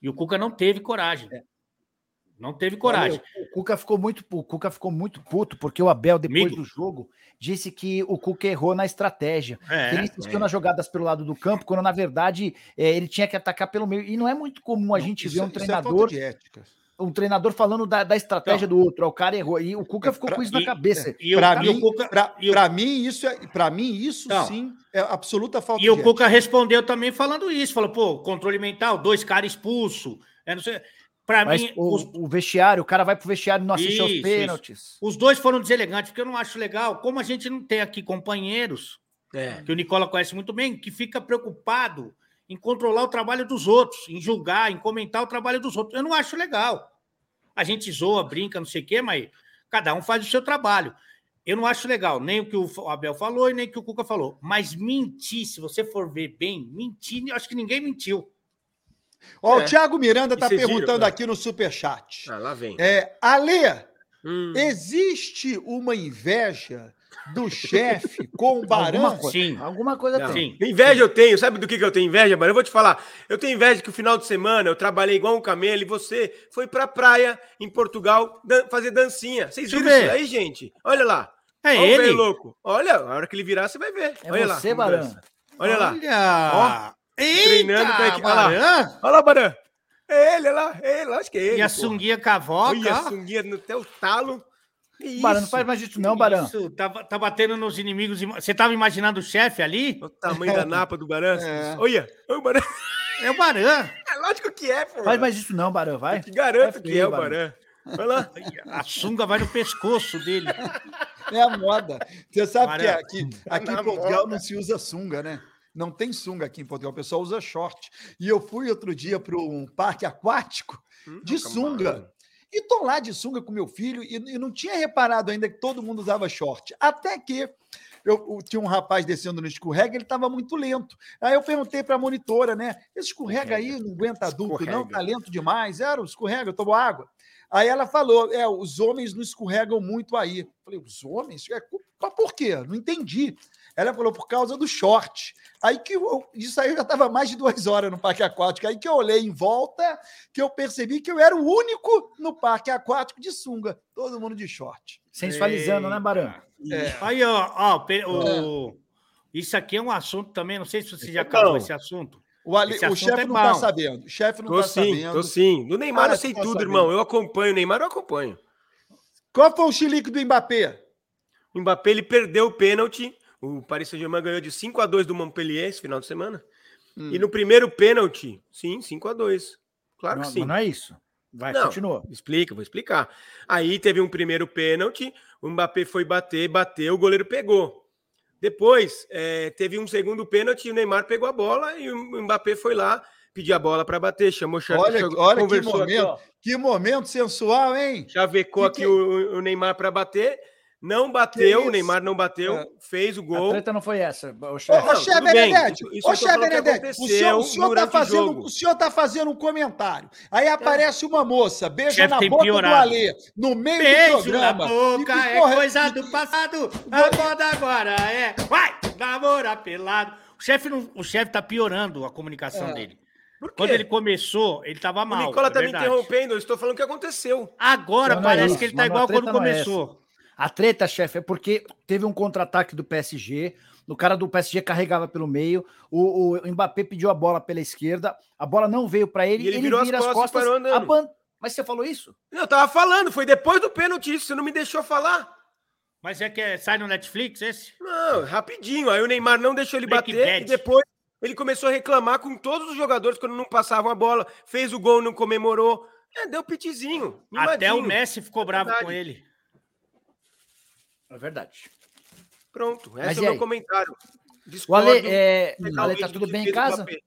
S3: E o Cuca não teve coragem.
S1: É.
S3: Não teve coragem.
S4: O Cuca ficou muito, o Cuca ficou muito puto porque o Abel depois
S3: Amigo.
S4: do jogo disse que o Cuca errou na estratégia.
S3: É,
S4: que ele insistiu nas jogadas pelo lado do campo, quando na verdade é, ele tinha que atacar pelo meio. E não é muito comum a gente
S1: isso-
S4: ver um
S1: isso é
S4: treinador,
S1: falta de ética.
S4: um treinador falando da, da estratégia do outro. ó, O cara errou. E o Cuca ficou com isso na
S3: e-
S4: cabeça.
S3: E o,
S1: Pra
S3: e o
S1: mim-
S3: Cuca, e o-
S1: Para mim, isso, é, pra mim, isso
S3: Não.
S1: sim é absoluta falta
S3: E o
S1: de
S3: Cuca respondeu também falando isso. Falou, pô, controle mental, dois caras expulsos. É, não sei. Pra
S4: Mas
S3: mim,
S4: o,
S3: os,
S4: o vestiário, o cara vai pro vestiário e não assiste aos
S3: Isso,
S4: pênaltis.
S3: os dois foram deselegantes, porque eu não acho legal. Como a gente não tem aqui companheiros, que o Nicola conhece muito bem, que fica preocupado em controlar o trabalho dos outros, em julgar, em comentar o trabalho dos outros. Eu não acho legal. A gente zoa, brinca, não sei o quê, mas cada um faz o seu trabalho. Eu não acho legal nem o que o Abel falou e nem o que o Cuca falou. Mas mentir, se você for ver bem, mentir, eu acho que ninguém mentiu.
S1: Ó,
S2: É.
S1: O Thiago Miranda
S2: E
S1: está
S2: vocês viram,
S1: perguntando
S2: né?
S1: aqui no superchat.
S2: Ah, lá vem.
S1: É, Ale,
S2: Hum.
S1: existe uma inveja do chefe com o Barão?
S4: Alguma coisa.
S3: Sim.
S4: Alguma coisa
S2: Não.
S4: tem.
S3: Sim.
S2: Inveja eu tenho, sabe do que, que eu tenho inveja, mano? Eu vou te falar. Eu tenho inveja que o final de semana eu trabalhei igual um camelo e você foi pra praia em Portugal dan- fazer dancinha. Vocês
S3: Deixa eu
S2: viram isso
S3: ver.
S2: aí, gente? Olha lá.
S3: É
S2: Olha o velho
S3: ele.
S2: louco. Olha, a hora que ele virar, você vai ver.
S4: É
S2: Olha
S4: você,
S2: lá. como
S4: Barão.
S2: dança. Olha lá.
S3: Olha.
S2: Treinando pra
S3: Eita,
S2: equi- Olha lá.
S3: Barão.
S2: Olha lá, Barão. É ele, olha lá. É ele, acho que é ele.
S3: E a
S2: pô.
S3: sunguinha
S2: Olha
S3: cavoca.
S2: a
S3: ó.
S2: sunguinha no teu talo. Que isso?
S4: Barão, não faz mais isso, não, Barão.
S3: Isso, tá, tá batendo nos inimigos. ima- Você tava imaginando o chefe ali?
S2: Olha o tamanho da napa do Barão. Olha, olha o Barão.
S3: É o Baran.
S2: É lógico que é, pô.
S4: Faz mais isso, não, Barão, vai.
S2: Eu te garanto
S4: Vai
S2: que
S4: feio,
S2: é o
S4: Barão.
S2: Barão. Olha lá.
S3: A sunga vai no pescoço dele.
S1: É a moda. Você sabe que
S3: Barão.
S1: aqui, aqui
S2: na
S1: em Portugal não se usa sunga, né? Não tem sunga aqui em Portugal, o pessoal usa short. E eu fui outro dia para um parque aquático de sunga. E tô lá de sunga com meu filho e, e não tinha reparado ainda que todo mundo usava short. Até que eu, eu tinha um rapaz descendo no escorrega, ele estava muito lento. Aí eu perguntei para a monitora, né? Esse escorrega aí, não aguenta adulto, não, tá lento demais. Era, o escorrega, eu tomo água. Aí ela falou: é, os homens não escorregam muito aí. Eu falei, os homens? É, mas por quê? Não entendi. Ela falou, por causa do short. Aí que eu, isso aí eu já estava mais de duas horas no parque aquático. Aí que eu olhei em volta, que eu percebi que eu era o único no parque aquático de sunga. Todo mundo de short.
S4: Sensualizando, né, Barão?
S3: Aí, ó, ó, pe- o- isso aqui é um assunto também, não sei se você já acabou esse assunto.
S1: O, Ale-
S3: Esse
S1: o
S3: assunto
S1: chefe
S3: é
S1: não está
S3: bom.
S1: sabendo. O chefe não
S2: Tô
S1: está
S2: sim,
S1: sabendo.
S2: tô sim. Do Neymar
S1: Cara,
S2: eu sei
S1: tá
S2: tudo,
S1: sabendo.
S2: irmão. Eu acompanho o Neymar, eu acompanho.
S1: Qual foi o chilique do Mbappé?
S2: O Mbappé ele perdeu o pênalti. O Paris Saint-Germain ganhou de 5 a 2 do Montpellier esse final de semana.
S1: Hum.
S2: E no primeiro pênalti, sim, 5 a 2. Claro
S4: não,
S2: que sim.
S4: mas não é isso. Vai,
S2: Não.
S4: continua.
S1: é-
S2: Explica, vou explicar. Aí teve um primeiro pênalti, o Mbappé foi bater, bateu, o goleiro pegou. Depois eh, teve um segundo pênalti, o Neymar pegou a bola e o Mbappé foi lá pedir a bola para bater, chamou Xavi,
S1: Olha-
S2: chegou-
S1: olha que
S2: conversou aqui,
S1: momento.
S2: ó,
S1: Que momento sensual, hein?
S2: chavecou
S1: Que
S2: aqui
S1: que- é
S2: o, o Neymar para bater, não bateu,
S1: isso?
S2: o Neymar não bateu,
S1: É.
S2: fez o
S4: A
S2: gol.
S4: treta não foi essa, o
S1: Ô,
S4: chefe.
S2: É, Não,
S1: Ô, Xé
S2: tudo bem.
S1: Benedetti,
S2: Isso- isso
S1: ô
S2: eu tô
S1: Xé
S2: falando que
S1: Benedetti, o senhor,
S2: aconteceu
S1: o, senhor tá
S2: durante o
S1: fazendo,
S2: jogo. É.
S1: o senhor tá fazendo um comentário. Aí aparece uma moça, beija
S3: Chefe
S1: na
S3: tem
S1: boca
S3: piorado.
S1: do Alê, no
S3: um
S1: meio do
S3: Beijo na
S1: programa.
S3: boca,
S1: E que
S3: é
S1: porra-
S3: coisa do passado. A moda agora é. Vai! Namora pelado. O chefe, não, o chefe tá piorando a comunicação dele. Quando ele começou, ele tava
S2: O
S3: mal.
S2: Nicola
S3: é
S2: tá me
S3: verdade.
S2: interrompendo, eu estou falando o que aconteceu.
S3: Agora
S4: Não, não é
S3: parece
S4: isso,
S3: que ele tá
S4: mas
S3: igual
S4: a treta
S3: quando
S4: não é
S3: começou.
S4: A treta, chefe, é porque teve um contra-ataque do PSG. O cara do PSG carregava pelo meio. O, o Mbappé pediu a bola pela esquerda. A bola não veio para ele.
S2: E ele
S4: ele
S2: virou as
S4: vira as
S2: costas e
S4: costas.
S2: parou andando.
S4: aban- Mas você falou isso?
S2: Não, eu tava falando, foi depois do pênalti isso, você não me deixou falar.
S3: Mas é que é- sai no Netflix esse?
S2: Não, rapidinho. Aí o Neymar não deixou ele
S3: Break
S2: bater
S3: bad.
S2: e depois ele começou a reclamar com todos os jogadores quando não passavam a bola, fez o gol, não comemorou. É, deu pitizinho.
S3: Até
S2: mimadinho.
S3: o Messi ficou bravo
S2: Verdade.
S3: com ele.
S4: É verdade.
S2: Pronto, esse
S4: Mas
S2: é
S4: e
S2: o meu
S4: aí?
S2: comentário.
S4: O
S2: Discordo
S4: Ale, é...
S2: totalmente
S4: Ale tá
S2: do
S4: tudo
S2: que
S4: bem em
S2: fez o
S4: casa?
S2: Mbappé.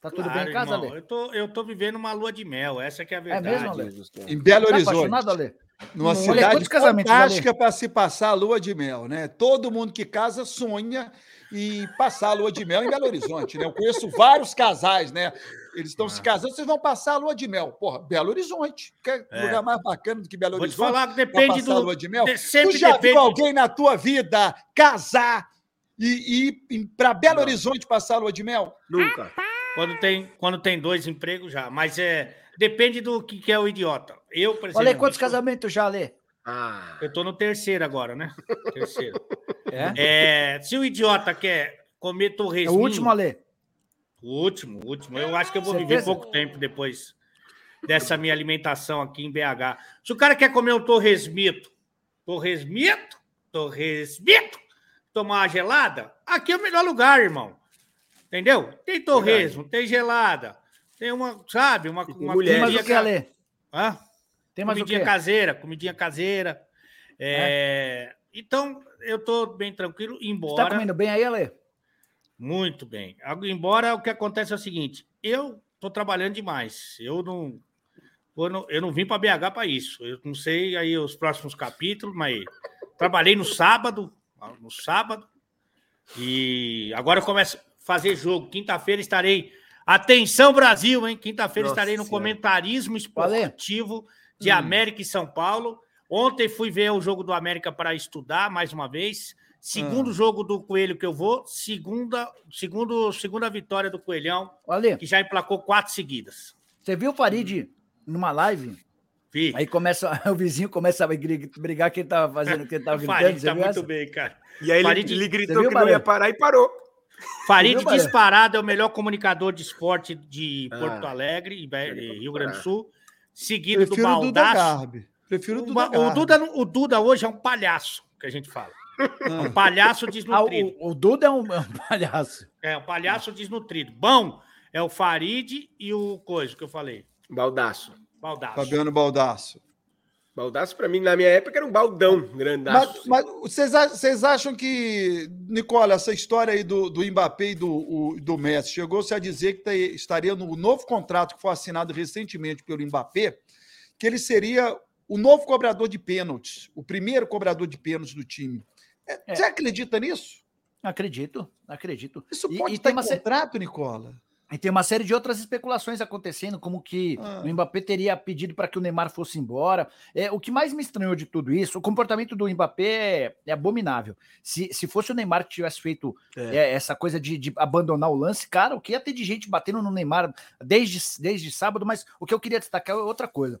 S4: Tá tudo
S3: Claro,
S4: bem em casa,
S3: irmão,
S4: Ale?
S3: Eu tô, eu tô vivendo uma lua de mel, essa que é a verdade.
S4: mesmo, Ale?
S1: Em Belo
S4: Tá
S1: Horizonte,
S4: apaixonado, Ale?
S1: numa
S4: Olha,
S1: cidade
S4: quantos casamentos,
S1: fantástica para se passar a lua de mel, né? Todo mundo que casa sonha em passar a lua de mel em Belo Horizonte, né? Eu conheço vários casais, né? Eles estão
S3: Ah.
S1: se casando, vocês vão passar a lua de mel. Porra, Belo Horizonte. Quer
S3: É.
S1: lugar mais bacana do que Belo
S3: Vou te
S1: Horizonte?
S3: falar que
S1: pra
S3: depende
S1: passar a lua
S3: do.
S1: de mel?
S3: de- sempre
S1: tu já
S3: depende.
S1: viu alguém na tua vida casar e e ir para Belo
S2: Não.
S1: Horizonte passar a lua de mel?
S2: Nunca.
S3: Quando tem, quando tem dois empregos já, mas é depende do que, que é o idiota. Eu, por
S4: O
S3: exemplo,
S4: Ale, quantos
S3: eu-
S4: casamentos já, Ale?
S2: Ah,
S3: Eu tô no terceiro agora, né? Terceiro.
S4: É?
S3: É, se o idiota quer comer
S4: É
S3: torresmo,
S4: o último, Ale.
S3: o último, o último. Eu acho que eu vou viver
S4: Certeza?
S3: pouco tempo depois dessa minha alimentação aqui em BH. Se o cara quer comer um torresmito, torresmito, torresmito, tomar uma gelada, aqui é o melhor lugar, irmão. Entendeu? Tem torresmo, tem gelada, tem uma, sabe, uma,
S2: E tem
S3: uma
S2: mulher.
S4: Tem
S2: É,
S4: mais
S3: comidinha
S4: o que,
S3: ca-
S4: Ale?
S3: Hã?
S4: Tem mais o
S3: comidinha
S4: que?
S3: caseira, comidinha caseira. É, Então, eu tô bem tranquilo,
S4: Você
S3: embora.
S4: tá comendo bem aí, Ale?
S3: Muito bem. Ag- Embora o que acontece é o seguinte, eu estou trabalhando demais. Eu não, eu não, eu não vim para BH para isso. Eu não sei aí os próximos capítulos, mas trabalhei no sábado, no sábado. E agora eu começo a fazer jogo. Quinta-feira estarei Atenção Brasil, hein? Quinta-feira
S2: Nossa
S3: estarei no
S2: Senhora.
S3: comentarismo
S4: Valeu.
S3: esportivo de América e São Paulo. Ontem fui ver o jogo do América para estudar mais uma vez.
S2: Ah.
S3: Segundo jogo do Coelho que eu vou, segunda, segundo, segunda vitória do Coelhão,
S4: Ô, Ale,
S3: que já emplacou quatro seguidas.
S4: você viu o Farid numa live?
S3: Vi.
S4: Aí começa, o vizinho começa a gri- brigar que ele tava fazendo, que ele tava
S3: O
S4: gritando.
S3: Farid
S4: você
S3: tá
S4: viu
S3: muito
S4: essa?
S3: bem, cara.
S2: e aí ele,
S3: Farid,
S2: ele
S4: você
S2: gritou
S4: viu,
S2: que não ia
S4: Barão?
S2: parar e parou.
S3: Farid
S4: Viu, Barão?
S3: disparado é o melhor comunicador de esporte de
S2: Ah,
S3: Porto Alegre e Be-
S2: ele
S3: e
S2: pode
S3: Rio Grande do
S2: parar.
S3: Sul, seguido do
S1: tá. Prefiro o Duda
S3: Baldaço.
S1: Garbi. Prefiro o
S3: O,
S1: Duda
S3: ba- o
S1: Garbi.
S3: Duda, não- o Duda hoje é um palhaço, que a gente fala. É um palhaço
S4: Ah,
S3: desnutrido.
S4: o, o Duda é um, é um palhaço.
S3: É um palhaço desnutrido. Bom é o Farid e o Coisa, que eu falei.
S2: Baldaço.
S3: Baldaço.
S1: Fabiano Baldaço.
S2: Baldaço pra mim, na minha época, era um baldão
S1: Mas,
S2: grandaço.
S1: mas vocês, a- vocês acham que, Nicola, essa história aí do, do Mbappé e do, o- do Messi, chegou-se a dizer que tá- estaria no novo contrato que foi assinado recentemente pelo Mbappé, que ele seria o novo cobrador de pênaltis, o primeiro cobrador de pênaltis do time. É, Você acredita nisso?
S4: Acredito, acredito.
S1: Isso
S4: E-
S1: pode
S4: e
S1: estar
S4: tem
S1: em
S4: uma se-
S1: contrato, Nicola.
S4: E tem uma série de outras especulações acontecendo, como que
S1: Ah.
S4: o Mbappé teria pedido para que o Neymar fosse embora. É, o que mais me estranhou de tudo isso, o comportamento do Mbappé é, é abominável. Se, se fosse o Neymar que tivesse feito
S2: É.
S4: é, essa coisa de, de abandonar o lance, cara, o que ia ter de gente batendo no Neymar desde, desde sábado, mas o que eu queria destacar é outra coisa.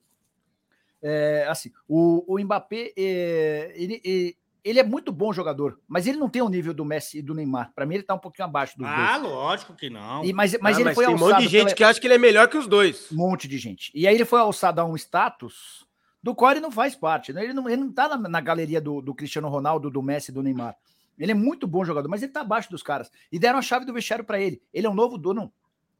S4: É, assim, o, o Mbappé, é, ele, ele- ele é muito bom jogador, mas ele não tem o nível do Messi e do Neymar. Para mim, ele tá um pouquinho abaixo dos dois.
S3: Ah, lógico que não.
S4: E- mas mas
S2: Ah,
S4: ele foi
S2: tem um monte de
S4: alçado
S2: gente
S4: pela-
S2: que acha que ele é melhor que os dois.
S4: um monte de gente. E aí ele foi alçado a um status do qual ele não faz parte. Né? Ele, não, ele não tá na, na galeria do, do Cristiano Ronaldo, do Messi, do Neymar. Ele é muito bom jogador, mas ele tá abaixo dos caras. E deram a chave do vestiário para ele. Ele é um novo dono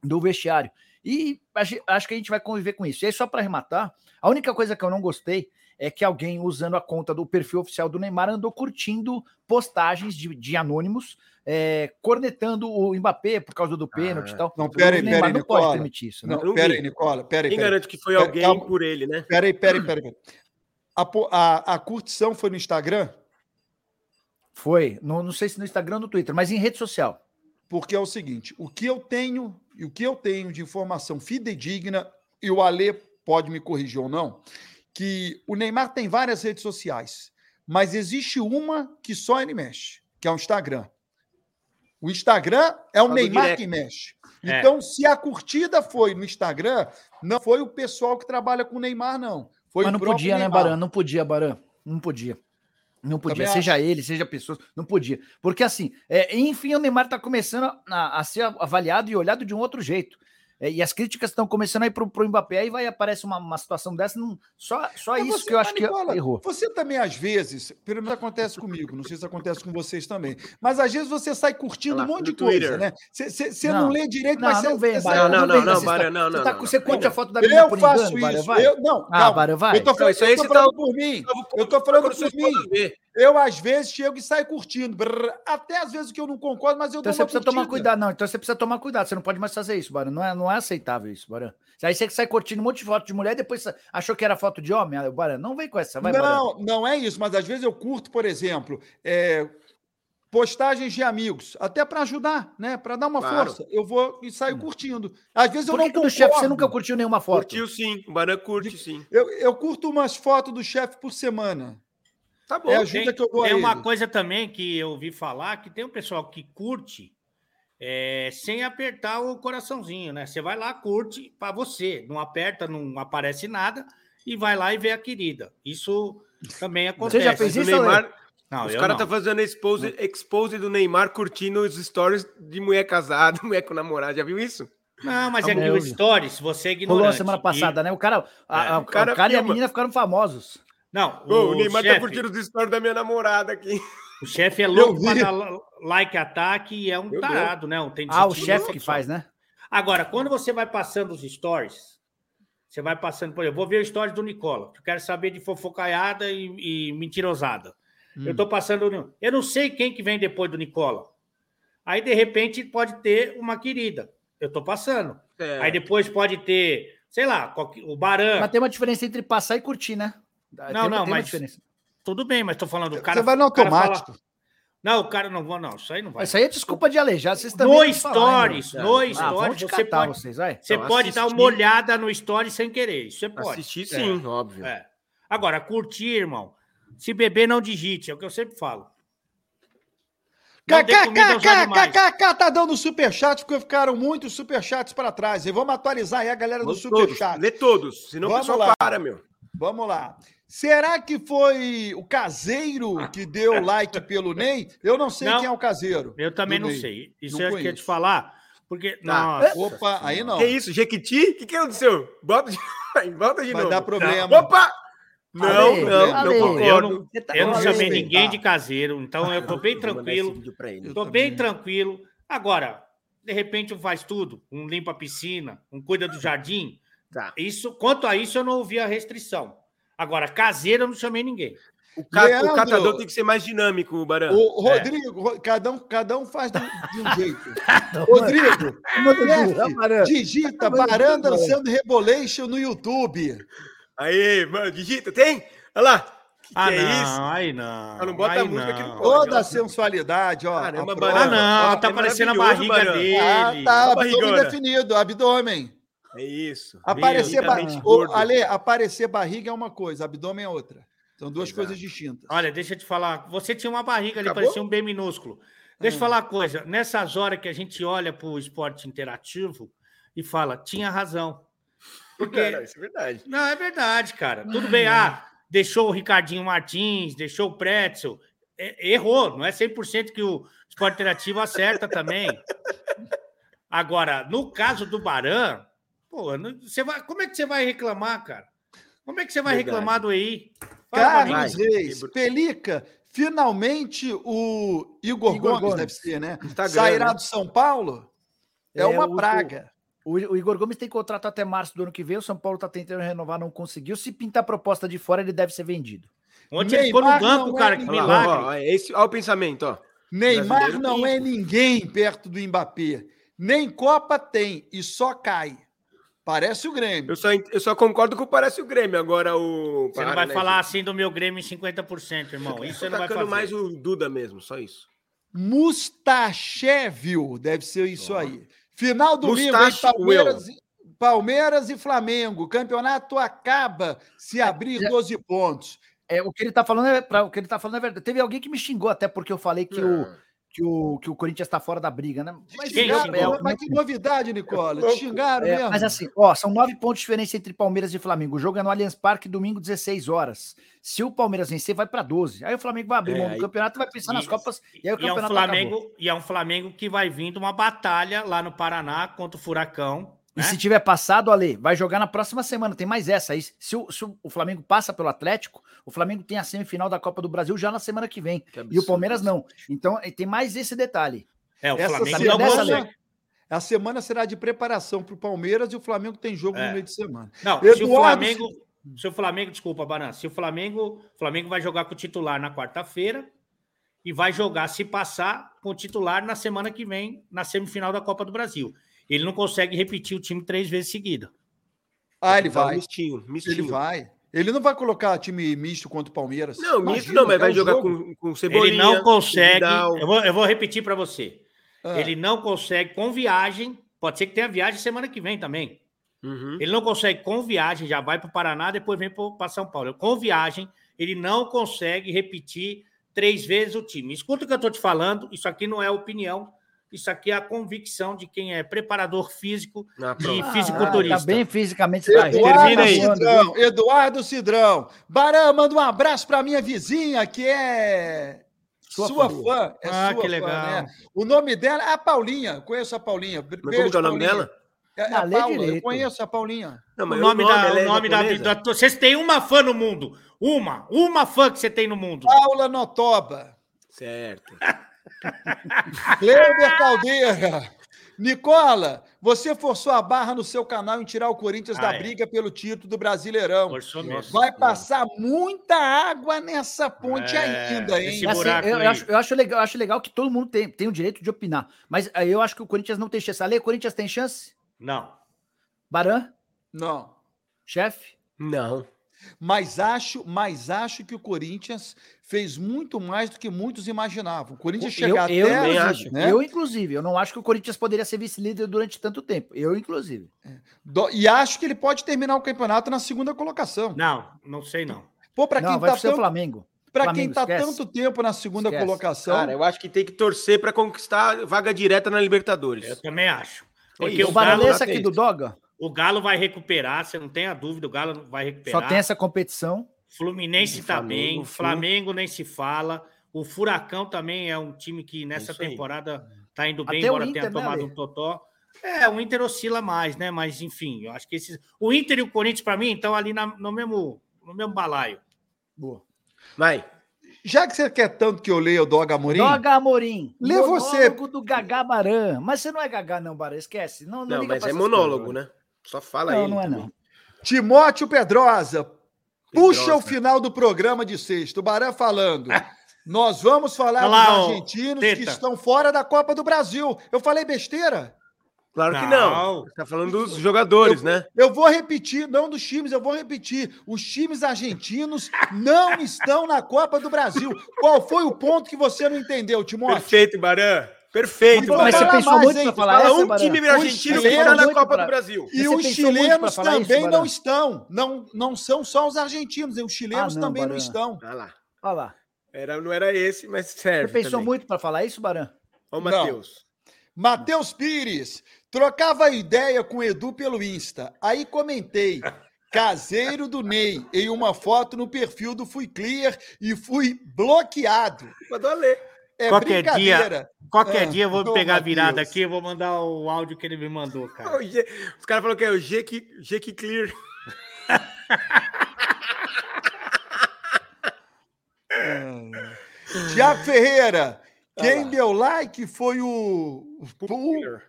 S4: do vestiário. E a ge- acho que a gente vai conviver com isso. E aí, só para arrematar, a única coisa que eu não gostei é que alguém usando a conta do perfil oficial do Neymar andou curtindo postagens de, de anônimos, é, cornetando o Mbappé por causa do pênalti e tal.
S1: Ah, Não, peraí,
S4: o Neymar
S1: peraí,
S4: não pode
S1: Nicola.
S4: permitir isso, né?
S2: eu
S1: Não,
S2: não
S1: peraí,
S2: vi.
S1: Nicola, peraí.
S2: Quem
S1: peraí.
S2: garante que foi
S1: Pera-
S2: alguém
S1: É, calma.
S2: por ele, né?
S1: Peraí, peraí, peraí. peraí. A, po- a- a curtição foi no Instagram?
S4: Foi. No, não sei se no Instagram ou no Twitter, mas em rede social.
S1: Porque é o seguinte: o que eu tenho e o que eu tenho de informação fidedigna, e o Alê pode me corrigir ou não, que o Neymar tem várias redes sociais, mas existe uma que só ele mexe, que é o Instagram. O Instagram é o
S2: do
S1: Neymar
S2: direct.
S1: que mexe.
S3: É.
S1: Então, se a curtida foi no Instagram, não foi o pessoal que trabalha com o Neymar, não. Foi
S4: mas
S1: o
S4: não
S1: próprio
S4: podia, né,
S1: Neymar.
S4: Baran? Não podia, Baran. Não podia. Não podia.
S1: Também
S4: seja ele, seja pessoas. Não podia. Porque, assim, é, enfim, o Neymar está começando a- a, a ser avaliado e olhado de um outro jeito. É, e as críticas estão começando aí pro, pro Mbappé, aí vai aparece uma, uma situação dessa. Não, só só
S1: Mas
S4: isso
S1: você-
S4: que eu
S1: mas,
S4: acho que
S1: Nicola,
S4: errou.
S1: Você também, às vezes, pelo menos acontece comigo, não sei se acontece com vocês também, mas às vezes você sai curtindo
S2: Olha
S1: um
S2: lá,
S1: monte de
S2: do Twitter.
S1: coisa, né? Você- Você você não
S4: Não.
S1: lê direito,
S4: Não,
S1: mas você
S4: não vem,
S1: você-
S2: Não,
S4: Baran.
S2: não,
S4: vem
S2: não,
S4: com essa
S2: Baran,
S4: história.
S2: não,
S4: Você
S2: não,
S4: tá-
S2: não,
S4: Você
S2: não.
S4: curte a foto da menina
S1: Eu
S4: por
S1: faço
S4: engano, Baran,
S1: isso.
S4: vai.
S1: Eu, não,
S4: Ah,
S1: calma.
S4: Baran, vai.
S1: Eu tô falando,
S2: Não, isso aí
S1: eu tô
S2: você tá-
S1: falando por mim. Eu tô falando por mim.
S2: mim.
S1: Eu, às vezes, chego e saio curtindo. brrr, Até às vezes que eu não concordo, mas eu
S4: Então
S1: dou
S4: você
S1: uma
S4: precisa
S1: curtida.
S4: tomar cuidado, não. Então você precisa tomar cuidado. Você não pode mais fazer isso, Baran. Não é, não é aceitável isso, Baran. Aí você que sai curtindo um monte de foto de mulher e depois você achou que era foto de homem. Ah, Baran, não vem com
S3: Tá,
S4: essa, vai, Baran.
S1: não, não é isso, mas às vezes eu curto, por exemplo, é, postagens de amigos, até para ajudar, né? Para dar uma
S2: Claro.
S1: força. Eu vou e
S3: Hum.
S1: saio curtindo. Às vezes eu
S4: Por
S1: não
S4: que, que do chefe você
S1: concordo.
S4: nunca curtiu nenhuma foto?
S2: Curtiu sim, o Baran curte sim.
S1: Eu, eu curto umas fotos do chefe por semana.
S2: Tá bom.
S1: É a ajuda
S3: tem-
S1: que eu dou a
S3: Tem
S1: ele.
S3: uma coisa também que eu ouvi falar que tem um pessoal que curte é, sem apertar o coraçãozinho, né? Você vai lá, curte pra você, não aperta, não aparece nada e vai lá e vê a querida. Isso também acontece.
S4: já fez
S2: Mas o
S4: isso,
S2: Neymar,
S3: Não,
S2: Os
S3: eu
S2: caras
S3: não.
S2: tá fazendo expose, expose do Neymar curtindo os stories de mulher casada, mulher com namorado. Já viu isso?
S3: Não, mas
S4: Ah,
S3: é que o
S4: eu vi.
S3: Stories, você é ignorante.
S4: Rolou a semana
S3: E-
S4: passada, né? O cara, a-
S2: É,
S4: a-
S2: o cara
S4: o cara e a
S2: filma.
S4: menina ficaram famosos.
S3: Não,
S2: Ô, o Neymar
S3: chefe,
S2: tá curtindo os stories da minha namorada aqui.
S3: O chefe é louco
S1: Eu
S3: pra
S1: vi.
S3: dar la- like ataque e é um
S2: Eu
S3: tarado, né? Um tem
S4: Ah, o
S3: sentido
S4: chefe que
S3: louco.
S4: faz, né?
S3: Agora, quando você vai passando os stories, você vai passando, por exemplo, vou ver o stories do Nicola, que eu quero saber de fofocaiada e, e mentirosada. Eu tô passando, no- eu não sei quem que vem depois do Nicola. Aí, de repente, pode ter uma querida. Eu tô passando.
S2: É.
S3: Aí depois pode ter, sei lá, qualquer- o Baran.
S4: Mas tem uma diferença entre passar e curtir, né? Tem-
S3: É. não,
S4: tem uma
S3: mas-
S4: diferença.
S3: Tudo bem, mas tô falando, o cara.
S1: Você vai no
S3: o cara fala-
S1: automático.
S3: não, o cara não vou, não. Isso aí não vai.
S4: Isso aí é desculpa de aleijar. Vocês também
S3: No
S4: vão falar, hein,
S3: stories,
S4: meu?
S3: no
S4: Ah, vão
S3: stories,
S4: te
S3: você
S4: catar
S3: pode-
S4: vocês, vai.
S3: Você
S2: Então,
S3: pode dar uma
S2: assistir-
S3: olhada no story sem querer. Isso é você pode.
S2: Assistir sim, óbvio.
S3: É. Agora, curtir, irmão. Se beber, não digite. É o que eu sempre falo. Não dê comida aos animais.
S1: KKKKKK tá dando superchat, porque ficaram muitos superchats para trás. E vamos atualizar aí a galera do
S2: Vamos
S1: superchat.
S2: todos, lê todos, senão
S1: é Vamos
S2: o pessoal
S1: lá.
S2: para, meu.
S1: Vamos lá. Será que foi o caseiro que deu like pelo Ney? Eu não sei
S3: Não.
S1: quem é o caseiro.
S3: Eu também
S1: do
S3: não
S1: Ney.
S3: sei. Isso
S1: Não
S3: eu acho que ia te
S1: conheço.
S3: falar. Porque,
S2: Tá.
S3: nossa.
S1: Opa, aí não.
S2: Que isso, Jequiti? O que, que aconteceu? Bota de, Bota de
S1: Vai
S2: novo.
S1: dar problema.
S2: Opa! Não,
S4: Ale,
S1: né?
S2: não,
S4: Ale,
S2: não concordo.
S3: eu
S4: Você tá-
S3: Eu não
S1: Vamos
S3: chamei
S1: respeitar.
S3: ninguém de caseiro, então eu tô bem
S2: Vou mandar esse
S3: tranquilo.
S2: vídeo pra ele.
S1: Eu
S3: Tô
S1: também.
S3: bem tranquilo. Agora, de repente, um faz tudo. Um limpa a piscina, um cuida do jardim.
S2: Tá.
S3: Isso, quanto a isso, eu não ouvi a restrição. Agora, caseiro, eu não chamei ninguém.
S2: O, ca- o
S1: Leandro.
S2: catador tem que ser mais dinâmico, Barão.
S1: O Rodrigo, Ro- cada, um, cada um faz de, de um jeito.
S4: Não,
S1: Rodrigo,
S4: Não,
S1: chefe,
S4: Baran.
S1: digita
S4: Tá mandando
S1: Baran
S4: tudo, Baran.
S1: dançando Rebolation no YouTube.
S2: Aí, mano, digita, tem? Olha lá.
S3: ah,
S2: é
S3: não,
S2: isso?
S3: aí não.
S2: Ah, não bota
S3: aí
S2: a música que não pode.
S1: Toda a sensualidade, ó.
S2: Caramba,
S1: a
S2: banana.
S3: Ah, não,
S2: Ó,
S3: tá
S2: é
S3: aparecendo a
S2: maravilhoso,
S3: barriga
S2: Barão.
S3: dele.
S1: Ah, tá,
S2: Ó,
S1: abdômen
S2: barrigona.
S1: definido, abdômen.
S2: É isso.
S1: Aparecer,
S2: Meu,
S1: ba...
S2: limitamente
S1: Ô,
S2: gordo.
S1: Ale, aparecer barriga é uma coisa, abdômen é outra. São duas
S2: Exato. Ah,
S1: coisas distintas.
S3: Olha, deixa eu te falar. Você tinha uma barriga ali,
S2: Acabou? Hum.
S3: parecia um bem minúsculo. Deixa eu te falar uma coisa. Nessas horas que a gente olha para o esporte interativo e fala, tinha razão.
S2: É, não, isso é verdade.
S3: Não, é verdade, cara. Tudo bem, ah, deixou o Ricardinho Martins, deixou o Pretzel. É, errou, não é 100% que o Esporte Interativo acerta também. Agora, no caso do Baran, pô, não- você vai, como é que você vai reclamar, cara? Como é que você vai
S2: Verdade.
S3: reclamar do EI? Fala pra mim.
S1: Carlos Reis, Pelica, finalmente o Igor,
S4: Igor
S1: Gomes,
S4: Gomes.
S1: deve ser, né?
S2: Instagram,
S1: Sairá
S2: né?
S1: do São Paulo? É,
S4: É,
S1: uma
S4: o-
S1: praga.
S4: O, o Igor Gomes tem contrato até março do ano que vem. O São Paulo tá tentando renovar, não conseguiu. Se pintar proposta de fora, ele deve ser vendido.
S3: Ontem ele ficou no
S1: Neymar
S3: banco,
S1: não é
S3: cara, que
S2: Olha lá,
S3: milagre.
S2: ó, ó, é esse, olha o pensamento, ó.
S1: Neymar
S2: brasileiro
S1: não é ninguém perto do Mbappé. Nem Copa tem e só cai. Parece o Grêmio.
S2: Eu só, en- eu só concordo com o parece o Grêmio, agora o...
S3: Você não vai falar assim do meu Grêmio em 50%, irmão. Isso você
S2: Estou
S3: não vai
S2: tacando
S3: fazer.
S2: mais o Duda mesmo, só isso.
S1: Mustacheville, deve ser isso aí. Final do livro, hein?
S2: Mustache
S1: Palmeiras, e- Palmeiras e Flamengo. O campeonato acaba se abrir
S4: já-
S1: 12 pontos.
S4: É, o que ele tá falando é pra, o que ele tá falando é verdade. Teve alguém que me xingou até porque eu falei
S3: É.
S4: que, o, que, o, que o Corinthians tá fora da briga, né? Mas,
S3: Quem
S1: Xingaram,
S3: xingou?
S1: mas que novidade, Nicola. Te xingaram
S4: É,
S1: mesmo.
S4: mas assim, ó, são nove pontos de diferença entre Palmeiras e Flamengo. O jogo é no Allianz Parque, domingo, 16 horas. Se o Palmeiras vencer, vai para 12. Aí o Flamengo vai abrir
S2: É,
S4: mão do
S2: aí-
S4: campeonato, vai pensar nas
S3: E-
S4: Copas. E
S3: E é,
S4: aí o
S3: um
S4: campeonato acabou.
S3: Flamengo, e é um Flamengo que vai vindo uma batalha lá no Paraná contra o Furacão.
S4: E
S3: Né?
S4: se tiver passado, Ale, vai jogar na próxima semana. Tem mais essa aí. Se o, se o Flamengo passa pelo Atlético, o Flamengo tem a semifinal da Copa do Brasil já na semana que vem.
S2: Que
S4: E o
S2: absurdo.
S4: Palmeiras não. Então eh, tem mais esse detalhe.
S3: É, o
S1: Essa
S3: Flamengo
S4: sabia
S3: não
S1: semana,
S4: dessa,
S3: consegue.
S1: a semana será de preparação para o Palmeiras e o Flamengo tem jogo
S3: É.
S1: no meio de semana.
S3: Não, se o
S1: Eduardo-
S3: Flamengo. Se o Flamengo, desculpa, Baran, se o Flamengo, o Flamengo vai jogar com o titular na quarta-feira e vai jogar, se passar, com o titular na semana que vem, na semifinal da Copa do Brasil. Ele não consegue repetir o time três vezes seguida.
S1: Ah, ele
S2: Tá
S1: vai.
S2: Mistinho, mistinho.
S1: Ele vai. Ele não vai colocar time misto contra o Palmeiras.
S2: Não,
S1: Imagina,
S2: misto não, mas
S1: é
S2: vai
S1: um
S2: jogar
S1: jogo.
S2: com, com Cebolinha.
S3: ele não consegue.
S2: Vidal.
S3: Eu vou, eu vou repetir para você.
S1: Ah.
S3: Ele não consegue com viagem. Pode ser que tenha viagem semana que vem também.
S2: Uhum.
S3: Ele não consegue com viagem, já vai para o Paraná, depois vem para São Paulo. Com viagem, ele não consegue repetir três vezes o time. Escuta o que eu estou te falando, isso aqui não é opinião, isso aqui é a convicção de quem é preparador físico.
S2: Ah, pronto.
S3: E
S4: tá
S3: fisiculturista.
S4: bem fisicamente. você tá
S1: Eduardo
S2: termina aí.
S1: Cidrão, Eduardo Cidrão. Barão, manda um abraço pra minha vizinha, que é sua,
S4: Sua
S1: fã.
S4: fã.
S1: É
S3: Ah,
S1: sua
S3: que
S1: fã,
S3: legal.
S1: né? O nome dela é a Paulinha. Conheço a Paulinha.
S2: Mas como que é o nome
S1: Paulinha.
S2: dela?
S1: É, é
S4: Ah, lê
S1: Paula, eu
S4: direito.
S1: conheço a Paulinha.
S2: Não,
S3: O
S2: mas
S3: nome, da,
S2: ela
S3: o
S2: é
S3: nome da,
S2: japonesa?
S3: da- Vocês têm uma fã no mundo. Uma. Uma fã que você tem no mundo.
S1: Paula Notoba.
S2: Certo.
S1: Cleber Caldeira. Nicola, você forçou a barra no seu canal em tirar o Corinthians
S3: Ah,
S1: da
S3: é.
S1: briga pelo título do Brasileirão.
S3: Forçou mesmo.
S1: Vai passar muita água nessa ponte
S3: É,
S1: ainda, hein?
S3: esse
S4: Assim,
S3: buraco
S4: eu, eu
S3: aí.
S4: acho, eu acho legal, eu acho legal que todo mundo tem, tem o direito de opinar. Mas aí eu acho que o Corinthians não tem chance. Ale, o Corinthians tem chance?
S3: Não.
S4: Baran,
S1: Não.
S4: chefe?
S2: Não.
S1: Mas acho, mas acho que o Corinthians fez muito mais do que muitos imaginavam. O Corinthians chega até.
S4: eu,
S2: também
S4: inclusive,
S2: acho,
S1: né?
S4: eu, inclusive, eu não acho que o Corinthians poderia ser vice-líder durante tanto tempo. Eu, inclusive.
S1: do- e acho que ele pode terminar o campeonato na segunda colocação.
S3: Não, não sei não.
S1: Pô, para
S4: Não,
S1: quem
S4: vai
S1: tá,
S4: pro ser o
S1: tanto,
S4: Flamengo.
S1: pra quem
S4: Flamengo,
S1: tá
S4: esquece.
S1: tanto tempo na segunda
S4: Esquece.
S1: colocação.
S2: Cara, eu acho que tem que torcer pra conquistar vaga direta na Libertadores.
S3: Eu também acho. Porque
S2: Oi,
S4: O
S3: o Galo,
S4: Baralessa
S2: lá tem
S4: aqui do Doga
S3: o Galo vai recuperar, você não tem a dúvida, o Galo vai recuperar.
S4: só tem essa competição.
S3: Fluminense tá
S2: Flamengo, Flu.
S3: bem, Flamengo nem se fala. O Furacão também é um time que nessa
S2: isso aí.
S3: temporada tá indo bem,
S4: Até o
S3: embora tenha
S4: Inter, né,
S3: tomado
S4: Ale?
S3: um totó. É, o Inter oscila mais, né? Mas enfim, eu acho que esses. O Inter e o Corinthians, pra mim, estão ali na- no, mesmo, no mesmo balaio.
S4: Boa.
S2: Vai.
S1: Já que você quer tanto que eu leia o Doga Amorim,
S4: Doga Amorim.
S1: Lê
S4: monólogo
S1: você.
S4: do Gagá Baran. Mas você não é Gagá, não, Baran. Esquece. Não, não,
S2: Não,
S4: liga
S2: mas é
S4: pra essas
S2: monólogo,
S4: coisas,
S2: né? Só fala
S4: Não,
S2: ele
S4: não é,
S2: também.
S4: não.
S1: Timóteo Pedrosa, puxa
S2: Pedrosa.
S1: o final do programa de sexta. O Barã falando. Nós vamos falar
S3: Olha lá,
S1: dos
S3: ó,
S1: argentinos que
S3: teta.
S1: estão fora da Copa do Brasil. Eu falei besteira?
S2: Claro que não.
S3: Não.
S2: Você tá falando dos jogadores, né?
S1: Eu vou repetir, não dos times, eu vou repetir. Os times argentinos não estão na Copa do Brasil. Qual foi o ponto que você não entendeu, Timóteo?
S2: Perfeito, Baran. Perfeito,
S1: Então,
S2: Baran.
S4: Mas você
S1: fala
S4: pensou
S1: mais,
S4: muito
S1: hein?
S4: pra falar
S2: Fala
S4: essa,
S2: um
S4: Barão?
S2: time
S1: Os
S2: argentino que está
S1: chilenos
S2: na
S4: muito
S2: Copa do
S4: pra-
S2: Brasil.
S1: E
S4: Você
S1: os
S4: pensou muito pra
S1: chilenos
S4: falar isso,
S1: também
S4: Barão?
S1: não estão. Não, não são só os argentinos, os chilenos
S4: Ah, não,
S1: também não
S4: Barão.
S1: estão.
S2: Ah lá.
S4: Olha lá.
S2: Era, não era esse, mas
S4: Você
S2: serve.
S4: pensou
S2: também.
S4: muito para falar isso, Baran?
S2: Ó, o Matheus.
S1: Matheus Pires, trocava ideia com o Edu pelo Insta. Aí comentei, caseiro do Ney, em uma foto no perfil do Fui Clear e fui bloqueado.
S2: Mandou a ler.
S1: É
S3: Qualquer dia-
S1: brincadeira.
S3: Qualquer
S1: Ah,
S3: dia eu vou
S1: ô,
S3: pegar a virada
S1: Matheus.
S3: aqui e vou mandar o áudio que ele me mandou, cara.
S2: Ó, o G- Os caras falaram que é o Jeque Jeque Clear.
S1: Tiago Ferreira, quem deu like foi o Paul
S2: Clear.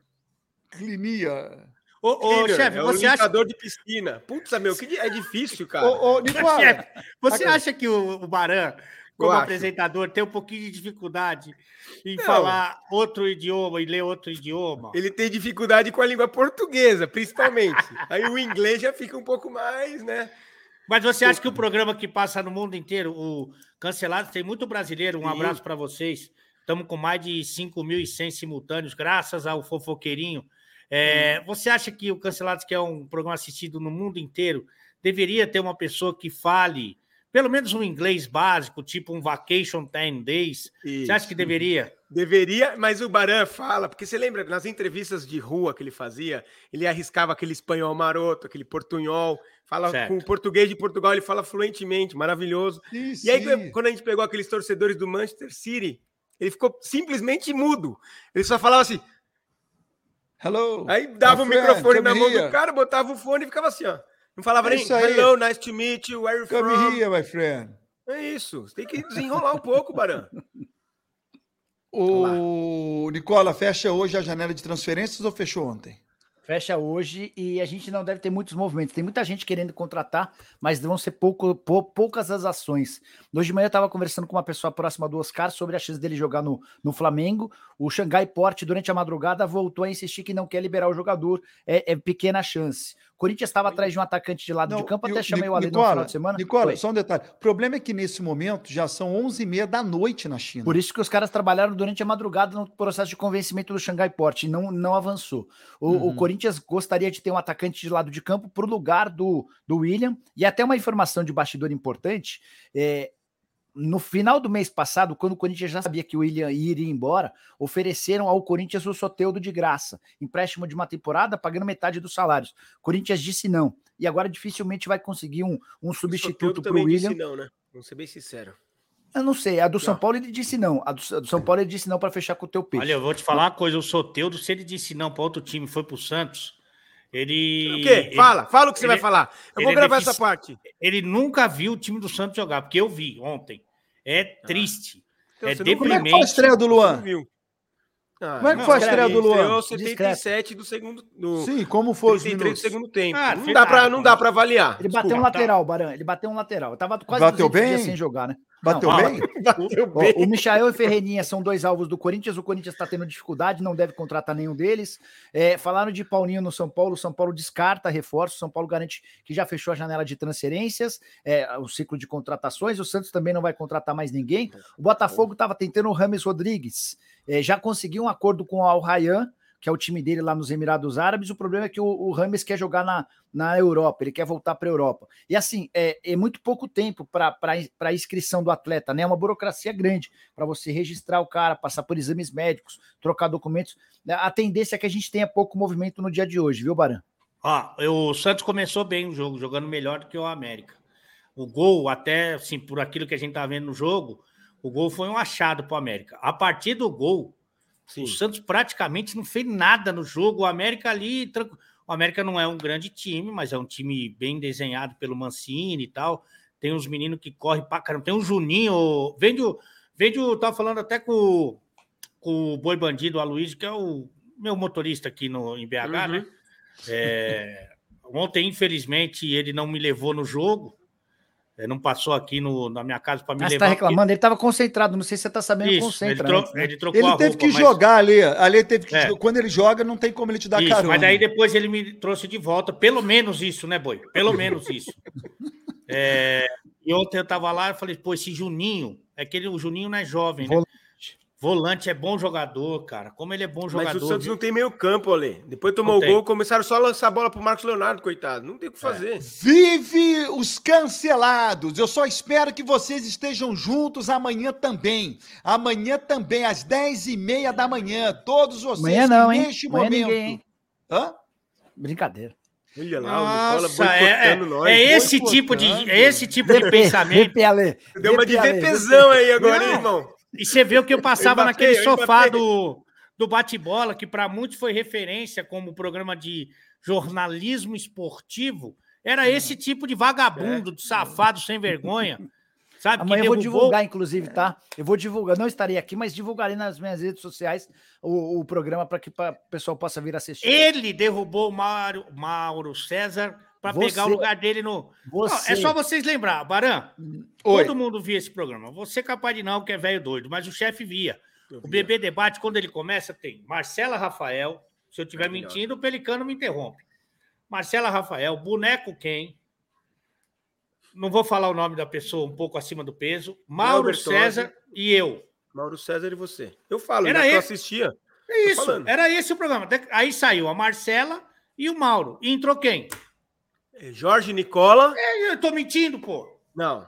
S1: Clinia.
S3: Ô, ô,
S2: Clear,
S3: chefe,
S2: é
S3: você
S2: o
S3: acha,
S2: limpador de piscina. Putz, meu, que di- é difícil, cara.
S1: Ô, ô, Nicola,
S3: chefe, você acha que o, o Baran, como
S2: acho.
S3: apresentador, tem um pouquinho de dificuldade em
S2: Não.
S3: falar outro idioma e ler outro idioma?
S2: Ele tem dificuldade com a língua portuguesa, principalmente. Aí o inglês já fica um pouco mais, né?
S3: Mas você acha que o programa que passa no mundo inteiro, o Cancelado, tem muito brasileiro? Um
S2: Sim.
S3: abraço para vocês. Estamos com mais de 5.100 simultâneos, graças ao fofoqueirinho. É, Você acha que o Cancelado, que é um programa assistido no mundo inteiro, deveria ter uma pessoa que fale pelo menos um inglês básico, tipo um vacation 10 days? Você acha que deveria?
S2: Deveria, mas o Baran fala, porque você lembra nas entrevistas de rua que ele fazia, ele arriscava aquele espanhol maroto, aquele portunhol, fala
S3: Certo.
S2: com o português de Portugal, ele fala fluentemente, maravilhoso.
S1: sim,
S2: E aí,
S1: sim.
S2: quando a gente pegou aqueles torcedores do Manchester City, ele ficou simplesmente mudo. Ele só falava assim,
S1: Hello.
S2: aí dava o
S1: My friend,
S2: microfone na
S1: come
S2: mão do
S1: here.
S2: cara, botava o fone e ficava assim, ó. Não falava
S1: É
S2: nem
S1: isso aí.
S2: hello, nice to meet you, where are you
S1: Come
S2: from?
S1: here, my friend.
S2: É isso, você tem que desenrolar um pouco, Baran.
S1: O Nicola, fecha hoje a janela de transferências ou fechou ontem?
S4: Fecha hoje e a gente não deve ter muitos movimentos. Tem muita gente querendo contratar, mas vão ser pouco, pou- poucas as ações. Hoje de manhã eu estava conversando com uma pessoa próxima do Oscar sobre a chance dele jogar no, no Flamengo. O Xangai Port, durante a madrugada, voltou a insistir que não quer liberar o jogador. É, é pequena chance. O Corinthians estava atrás de um atacante de lado
S1: Não,
S4: de campo,
S1: e
S4: até chamei
S1: Ni-
S4: o Ale no
S1: Nicola,
S4: final de semana.
S1: Nicola,
S4: Oi.
S1: só um detalhe. O problema é que nesse momento já são 11h30 da noite na China.
S4: Por isso que os caras trabalharam durante a madrugada no processo de convencimento do Xangai Port e não, não avançou. O, o
S1: Uhum.
S4: Corinthians gostaria de ter um atacante de lado de campo para o lugar do, do William. E até uma informação de bastidor importante: é, no final do mês passado, quando o Corinthians já sabia que o William iria embora, ofereceram ao Corinthians o Soteudo de graça, empréstimo de uma temporada, pagando metade dos salários. O Corinthians disse não. E agora dificilmente vai conseguir um, um substituto para o William.
S2: não, né? Vamos ser bem sincero.
S4: Eu não sei.
S1: Tá.
S4: A do São Paulo ele disse não. A do, a do São Paulo ele disse não para fechar com o teu peixe.
S3: Olha, eu vou te falar uma coisa, o Soteudo, se ele disse não para outro time, foi para o Santos, ele...
S2: O quê?
S3: ele-
S2: Fala, fala o que você
S3: ele-
S2: vai falar. Eu
S3: ele
S2: vou
S3: é
S2: gravar essa
S3: defici-
S2: parte.
S3: ele nunca viu o time do Santos jogar, porque eu vi ontem. É triste.
S2: Então,
S3: é
S2: você não-
S1: Como é que foi a
S3: deprimente.
S1: estreia do Luan?
S2: viu. Ah,
S1: Como é que
S2: não,
S1: foi a
S2: cara,
S1: estreia do
S2: ele estreou
S1: Luan?
S2: 77 do segundo. Do
S1: Sim, como foi os
S2: 33 do
S1: minutos? é
S2: segundo tempo.
S3: Ah,
S2: não,
S3: foi
S2: dá pra,
S3: nada,
S2: não
S3: cara.
S2: dá pra avaliar.
S4: ele bateu um
S3: desculpa, tá.
S4: lateral, Baran. Ele bateu um lateral. Eu tava quase
S1: Bateu
S4: 200 dias
S1: bem?
S4: sem jogar, né?
S1: Bateu
S4: Não,
S1: bem?
S2: Bateu
S4: Ó, o Michael e Ferreirinha são dois alvos do Corinthians. O Corinthians está tendo dificuldade, não deve contratar nenhum deles. É, falaram de Paulinho no São Paulo. O São Paulo descarta reforço. O São Paulo garante que já fechou a janela de transferências, é, o ciclo de contratações. O Santos também não vai contratar mais ninguém. O Botafogo estava tentando o Rames Rodrigues. É, já conseguiu um acordo com o Al Rayyan, que é o time dele lá nos Emirados Árabes. O problema é que o, o Rames quer jogar na, na Europa, ele quer voltar para a Europa. E assim, é, é muito pouco tempo para a inscrição do atleta, né? É uma burocracia grande para você registrar o cara, passar por exames médicos, trocar documentos. A tendência é que a gente tenha pouco movimento no dia de hoje, viu, Baran?
S3: Ó, eu- o Santos começou bem o jogo, jogando melhor do que o América. O gol, até assim, por aquilo que a gente tá vendo no jogo, o gol foi um achado pro América. A partir do gol,
S2: Sim.
S3: o Santos praticamente não fez nada no jogo. O América ali, tranquilo. O América não é um grande time, mas é um time bem desenhado pelo Mancini e tal. Tem uns meninos que correm pra caramba. Tem um Juninho. o- Vende o. Vende o. Tava falando até com, o- com o Boi Bandido, o Aloysio, que é o meu motorista aqui no, em BH, né? É, ontem, infelizmente, ele não me levou no jogo. eh, não passou aqui no, na minha casa para me
S4: Ah, você
S3: levar.
S4: tá reclamando, ele tava concentrado, não sei se você tá sabendo,
S3: porque- Isso, ele,
S4: concentra.
S3: tro-
S4: né?
S3: ele trocou
S1: Ele
S3: a
S1: teve
S3: roupa,
S1: que
S3: mas-
S1: jogar ali. Ali ele teve que.
S3: É.
S1: Quando ele joga, não tem como ele te dar
S3: Isso,
S1: carona.
S3: mas aí depois ele me trouxe de volta. Pelo menos isso, né, Boi? Pelo menos isso. É, e ontem eu tava lá e falei, pô, esse Juninho, é que ele, o Juninho não é jovem, né? Volante. é bom jogador, cara. Como ele é bom
S2: Mas o
S3: jogador.
S2: Santos não tem meio campo, Ale. Depois tomou
S3: Não
S2: o
S3: tem.
S2: gol, começaram só a lançar a bola pro Marcos Leonardo, coitado. Não tem o que fazer.
S1: Vive os cancelados. Eu só espero que vocês estejam juntos amanhã também. Amanhã também, às 10h30 da manhã. Todos vocês
S4: Amanhã não,
S1: que
S4: hein?
S1: neste
S4: Amanhã é
S1: momento.
S4: ninguém, hein?
S1: Hã?
S4: Brincadeira.
S2: Olha lá, o Nicola
S3: Nossa, é, é,
S2: boicotando nós.
S3: é esse tipo de
S1: boicotando.
S3: é esse tipo de
S4: VP,
S3: pensamento.
S4: VP, Ale.
S2: Deu uma de
S4: VP, Ale,
S2: VPzão aí
S1: né?
S2: agora,
S3: Não.
S2: hein, irmão.
S3: E você vê o que eu passava
S2: Eu
S3: naquele
S2: embatei, eu
S3: sofá
S2: embatei.
S3: do, do bate-bola, que para muitos foi referência como um programa de jornalismo esportivo. Era esse tipo de vagabundo, de safado, sem vergonha. Sabe?
S4: É. Amanhã eu vou
S3: derrubou-
S4: divulgar, inclusive, tá? Eu vou divulgar. Não estarei aqui, mas divulgarei nas minhas redes sociais o, o programa para que pra- o pessoal possa vir assistir.
S3: Ele derrubou o Mauro, Mauro César para
S4: Você-
S3: pegar o lugar dele no. Não,
S4: Você,
S3: é só vocês lembrar, Baran.
S1: Oi.
S3: Todo mundo via esse programa. Você é capaz de não, que é velho doido, mas o chefe via. O BB Debate, quando ele começa, tem Marcela Rafael. Se eu estiver
S2: Maravilhosa.
S3: mentindo, o Pelicano me interrompe. Marcela Rafael, Boneco Quem. Não vou falar o nome da pessoa um pouco acima do peso. Mauro
S2: Bertozzi.
S3: César e eu.
S2: Mauro César e você. Eu falo,
S3: Era
S2: já que eu
S3: ele.
S2: assistia.
S3: É isso.
S2: falando.
S3: Era esse o programa. Da- Aí saiu a Marcela e o Mauro. E entrou quem?
S2: É Jorge Nicola.
S3: É, Eu tô mentindo, pô.
S2: Não.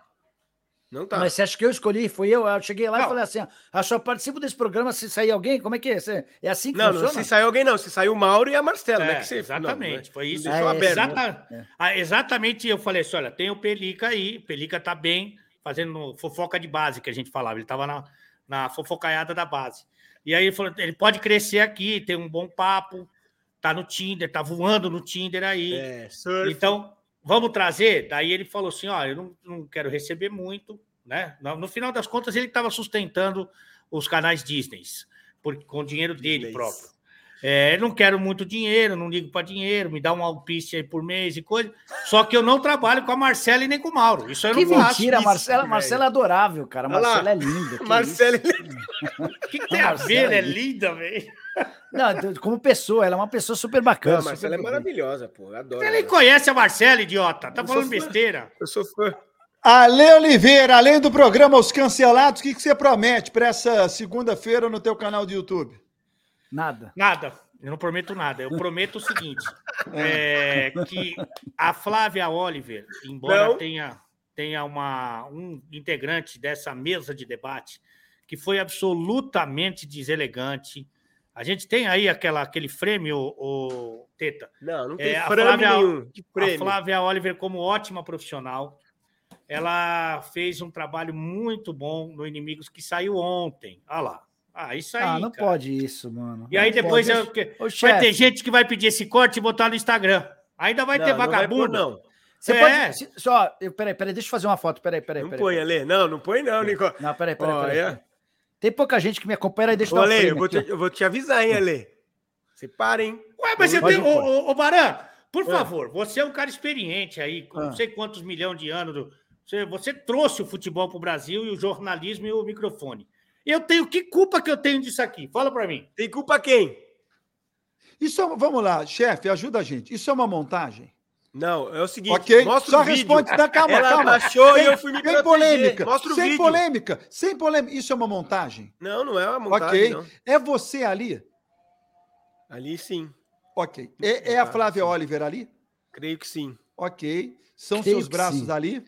S2: Não tá.
S4: Mas você acha que eu escolhi? Foi eu? Eu cheguei lá e
S3: Não.
S4: falei assim: ó, eu só participo desse programa se sair alguém? Como é que é? Você- É assim que
S2: Não, não,
S4: funciona?
S2: se saiu alguém, não. Se saiu o Mauro e a Marcela, né?
S3: É,
S2: que você-
S3: exatamente,
S2: não, né?
S3: foi isso.
S2: Deixou
S4: É,
S2: aberto.
S3: Exata-
S4: É.
S3: Ah, exatamente, eu falei assim: olha, tem o Pelica aí, o Pelica tá bem, fazendo fofoca de base que a gente falava, ele tava na, na fofocaiada da base. E aí ele falou: ele pode crescer aqui, tem um bom papo, tá no Tinder, tá voando no Tinder aí.
S2: É, surf.
S3: Então, vamos trazer? Daí ele falou assim: ó, eu não, não quero receber muito, né? No, no final das contas, ele estava sustentando os canais Disney, por, com o dinheiro dele
S2: Disneys.
S3: próprio. É, eu não quero muito dinheiro, não ligo para dinheiro, me dá um alpice aí por mês e coisa. Só que eu não trabalho com a Marcela e nem com o Mauro. Isso eu
S4: Que
S3: não faço.
S4: mentira,
S2: isso,
S4: Marcela.
S2: velho.
S4: Marcela é adorável, cara.
S2: Olha lá.
S4: Marcela é linda. que
S2: Marcela
S3: é O que, que tem a ver? Ela é linda, velho.
S4: isso. Não, como pessoa, ela é uma pessoa super
S2: Não,
S4: bacana.
S2: a Marcela é
S3: um
S4: super-
S2: maravilhosa, pô. Eu adoro.
S3: Você nem
S2: ela.
S3: conhece a Marcela, idiota. Tá
S2: Eu
S3: falando
S2: sou fã.
S3: besteira.
S2: Eu sou fã.
S1: Ale Oliveira, além do programa Os Cancelados, o que, que você promete para essa segunda-feira no teu canal do YouTube?
S4: Nada.
S3: Nada. Eu não prometo nada. Eu prometo o seguinte: é, que a Flávia Oliver, embora
S2: Não.
S3: tenha, tenha uma, um integrante dessa mesa de debate que foi absolutamente deselegante. A gente tem aí aquela, aquele frame, o, Teta,
S2: Não, não
S3: É,
S2: tem
S3: a
S2: frame
S3: Flávia-
S2: nenhum. De prêmio.
S3: a Flávia Oliver, como ótima profissional, ela fez um trabalho muito bom no Inimigos que saiu ontem. Olha lá. Ah, isso aí.
S4: ah, não
S3: cara.
S4: pode isso, mano.
S3: E aí
S4: Não
S3: depois
S4: pode.
S3: eu,
S4: Ô,
S3: Vai ter
S4: chefe,
S3: gente que vai pedir esse corte e botar no Instagram. Ainda vai
S2: Não,
S3: ter
S2: não vai
S3: vagabundo.
S2: pôr, não.
S4: você
S3: É. né?
S4: pode. se- Só, eu, peraí, peraí, deixa eu fazer uma foto. Peraí, peraí,
S2: Não
S4: peraí.
S2: põe,
S4: peraí.
S2: Ale. Não, não põe, não, Nicola.
S4: Não, peraí, peraí,
S2: Ó,
S4: peraí.
S2: é.
S4: Tem pouca gente que me acompanha, aí deixa
S2: Ô,
S4: eu dar um
S2: Ale, eu
S4: frame
S2: vou,
S4: aqui,
S2: te, eu vou te avisar, hein,
S3: Hum.
S2: Ale. Você para, hein?
S3: Ué, mas você
S4: Pode
S3: tem. Ô,
S4: pôr.
S3: ô, ô, Baran, por favor, você é um cara experiente aí, com não sei quantos milhões de anos. do- Você, você trouxe o futebol para o Brasil e o jornalismo e o microfone. Eu tenho. Que culpa que eu tenho disso aqui? Fala para mim.
S2: Tem culpa quem?
S1: Isso é, vamos lá, chefe, ajuda a gente. Isso é uma montagem?
S2: Não, é o seguinte.
S1: Ok,
S2: Mostra
S1: só
S2: o vídeo.
S1: responde, tá, calma,
S2: Ela
S1: calma.
S2: baixou
S1: Sem-
S2: e eu fui me
S1: Sem
S2: proteger.
S1: polêmica,
S2: Mostra o
S1: sem
S2: vídeo.
S1: polêmica, sem polêmica. Isso é uma montagem?
S2: Não, não é uma
S1: ok.
S2: montagem, não.
S1: É você ali?
S2: Ali sim.
S1: Ok. É, é a
S2: Tá,
S1: Flávia
S2: sim.
S1: Oliver ali?
S2: Creio que sim.
S1: Ok. São
S4: Creio
S1: seus
S4: que
S1: braços
S4: sim.
S1: ali?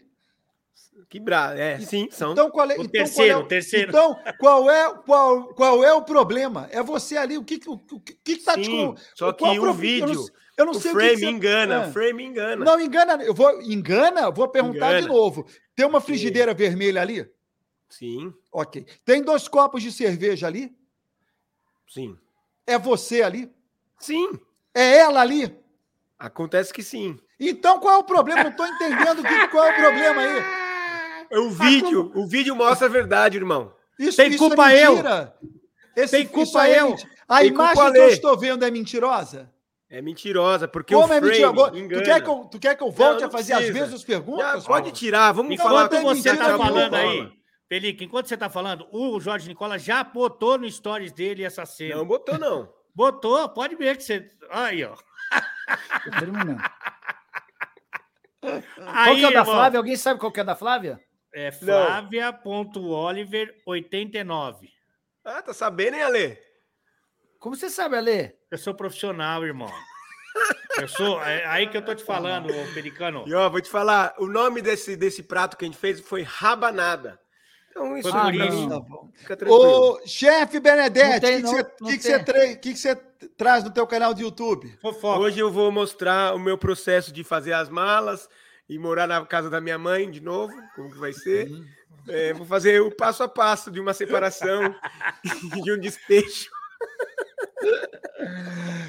S2: Que bra... É, sim, são.
S1: Então qual é
S3: O
S1: então,
S3: terceiro,
S1: qual é,
S3: o terceiro.
S1: Então, qual é, qual, qual é o problema? É você ali. O que que- o, que- o que está te
S2: Sim,
S1: com-
S2: só que
S1: qual é
S2: o
S1: problema? Eu não-
S2: vídeo,
S1: Eu não
S2: o
S1: sei
S2: frame
S1: que que você-
S2: engana,
S1: Ah.
S2: o frame engana.
S1: Não, engana. Eu vou, engana? Vou perguntar de
S2: Engana.
S1: novo. Tem uma frigideira vermelha ali?
S2: Sim,
S1: Ok. Tem dois copos de cerveja ali?
S2: sim.
S1: É você ali?
S2: Sim,
S1: É ela ali?
S2: acontece que sim.
S1: Então qual é o problema? Não estou entendendo que- qual é o problema aí.
S2: O
S1: Ah,
S2: vídeo, o vídeo mostra a verdade, irmão.
S1: Isso, é
S3: Tem culpa eu.
S1: mentira. Esse,
S3: Tem
S1: isso
S3: culpa
S1: aí é
S3: eu.
S1: menti- A
S2: Tem
S1: imagem
S2: culpa
S1: que eu
S2: Lê.
S1: estou vendo é mentirosa?
S2: É mentirosa, porque
S1: Como
S2: o
S1: é
S2: frame
S1: mentira? Agora, tu,
S2: engana.
S1: quer que eu, tu quer que eu volte
S2: Não, não
S1: a fazer as
S2: precisa.
S1: mesmas perguntas?
S2: Já,
S1: Paulo?
S2: pode tirar, vamos
S1: Então
S2: falar.
S1: não tem
S2: com
S3: Enquanto você
S1: mentira
S2: Thiago
S3: tá
S1: nenhuma.
S3: falando
S2: Nicola.
S3: aí, Pelica, enquanto você tá falando, o Jorge Nicola já botou no stories dele essa cena.
S2: Não botou, não.
S3: Botou, pode ver que você. Aí, ó.
S4: Tô terminando. Qual
S3: Aí,
S4: que é o da
S3: irmão.
S4: Flávia? Alguém sabe qual que é o da Flávia?
S3: É Flávia.oliver89.
S2: Ah, tá sabendo, hein, Ale?
S4: Como você sabe, Alê?
S3: Eu sou profissional, irmão. Eu sou. É aí que eu tô te falando, ô Pelicano.
S2: E ó, vou te falar, o nome desse, desse prato que a gente fez foi rabanada. Então isso
S3: Foi
S2: pra
S3: por
S2: mim,
S3: isso.
S4: não.
S2: fica tranquilo.
S1: Ô, chefe Benedetti,
S4: Não
S1: o que
S4: tem,
S1: que
S4: não,
S1: você-
S4: não
S1: que que
S4: tem.
S1: você tra- que que você traz no teu canal do YouTube?
S3: Fofoca.
S2: Hoje eu vou mostrar o meu processo de fazer as malas e morar na casa da minha mãe de novo, como que vai ser. É, vou fazer o passo a passo de uma separação de um despecho.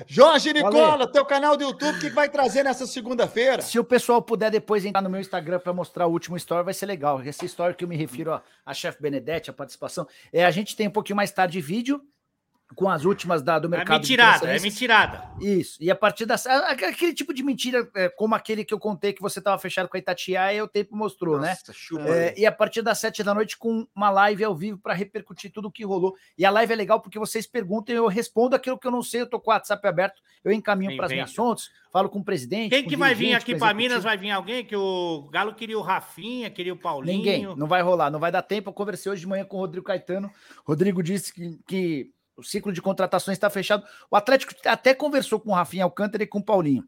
S1: Jorge Nicola, teu canal do YouTube, o que que vai trazer nessa segunda-feira?
S4: Se o pessoal puder depois entrar no meu Instagram para mostrar o último story, vai ser legal. Essa história que eu me refiro ó, a chefe Benedetti, a participação. É, a gente tem um pouquinho mais tarde vídeo com as últimas da, do
S3: É
S4: mercado. de
S3: mentirada, é
S4: transferências.
S3: mentirada.
S4: Isso. E a partir da Aquele tipo de mentira, é, como aquele que eu contei que você estava fechado com a Itatiaia, e o tempo mostrou, né?
S2: chupa.
S4: É, e a partir das sete da noite com uma live ao vivo para repercutir tudo o que rolou. E a live é legal porque vocês perguntam, eu respondo aquilo que eu não sei, eu tô com o WhatsApp aberto, eu encaminho
S3: Quem
S4: para as minhas
S3: vem?
S4: fontes, falo com o presidente.
S3: Quem
S4: com
S3: que
S4: o
S3: vai vir
S4: dirigente,
S3: aqui
S4: com o
S3: para
S4: executivo.
S3: Minas? Vai vir alguém? Que o Galo queria o Rafinha, queria o Paulinho.
S4: Ninguém, não vai rolar, não vai dar tempo. Eu conversei hoje de manhã com o Rodrigo Caetano. Rodrigo disse que, que o ciclo de contratações está fechado. O Atlético até conversou com o Rafinha Alcântara e com o Paulinho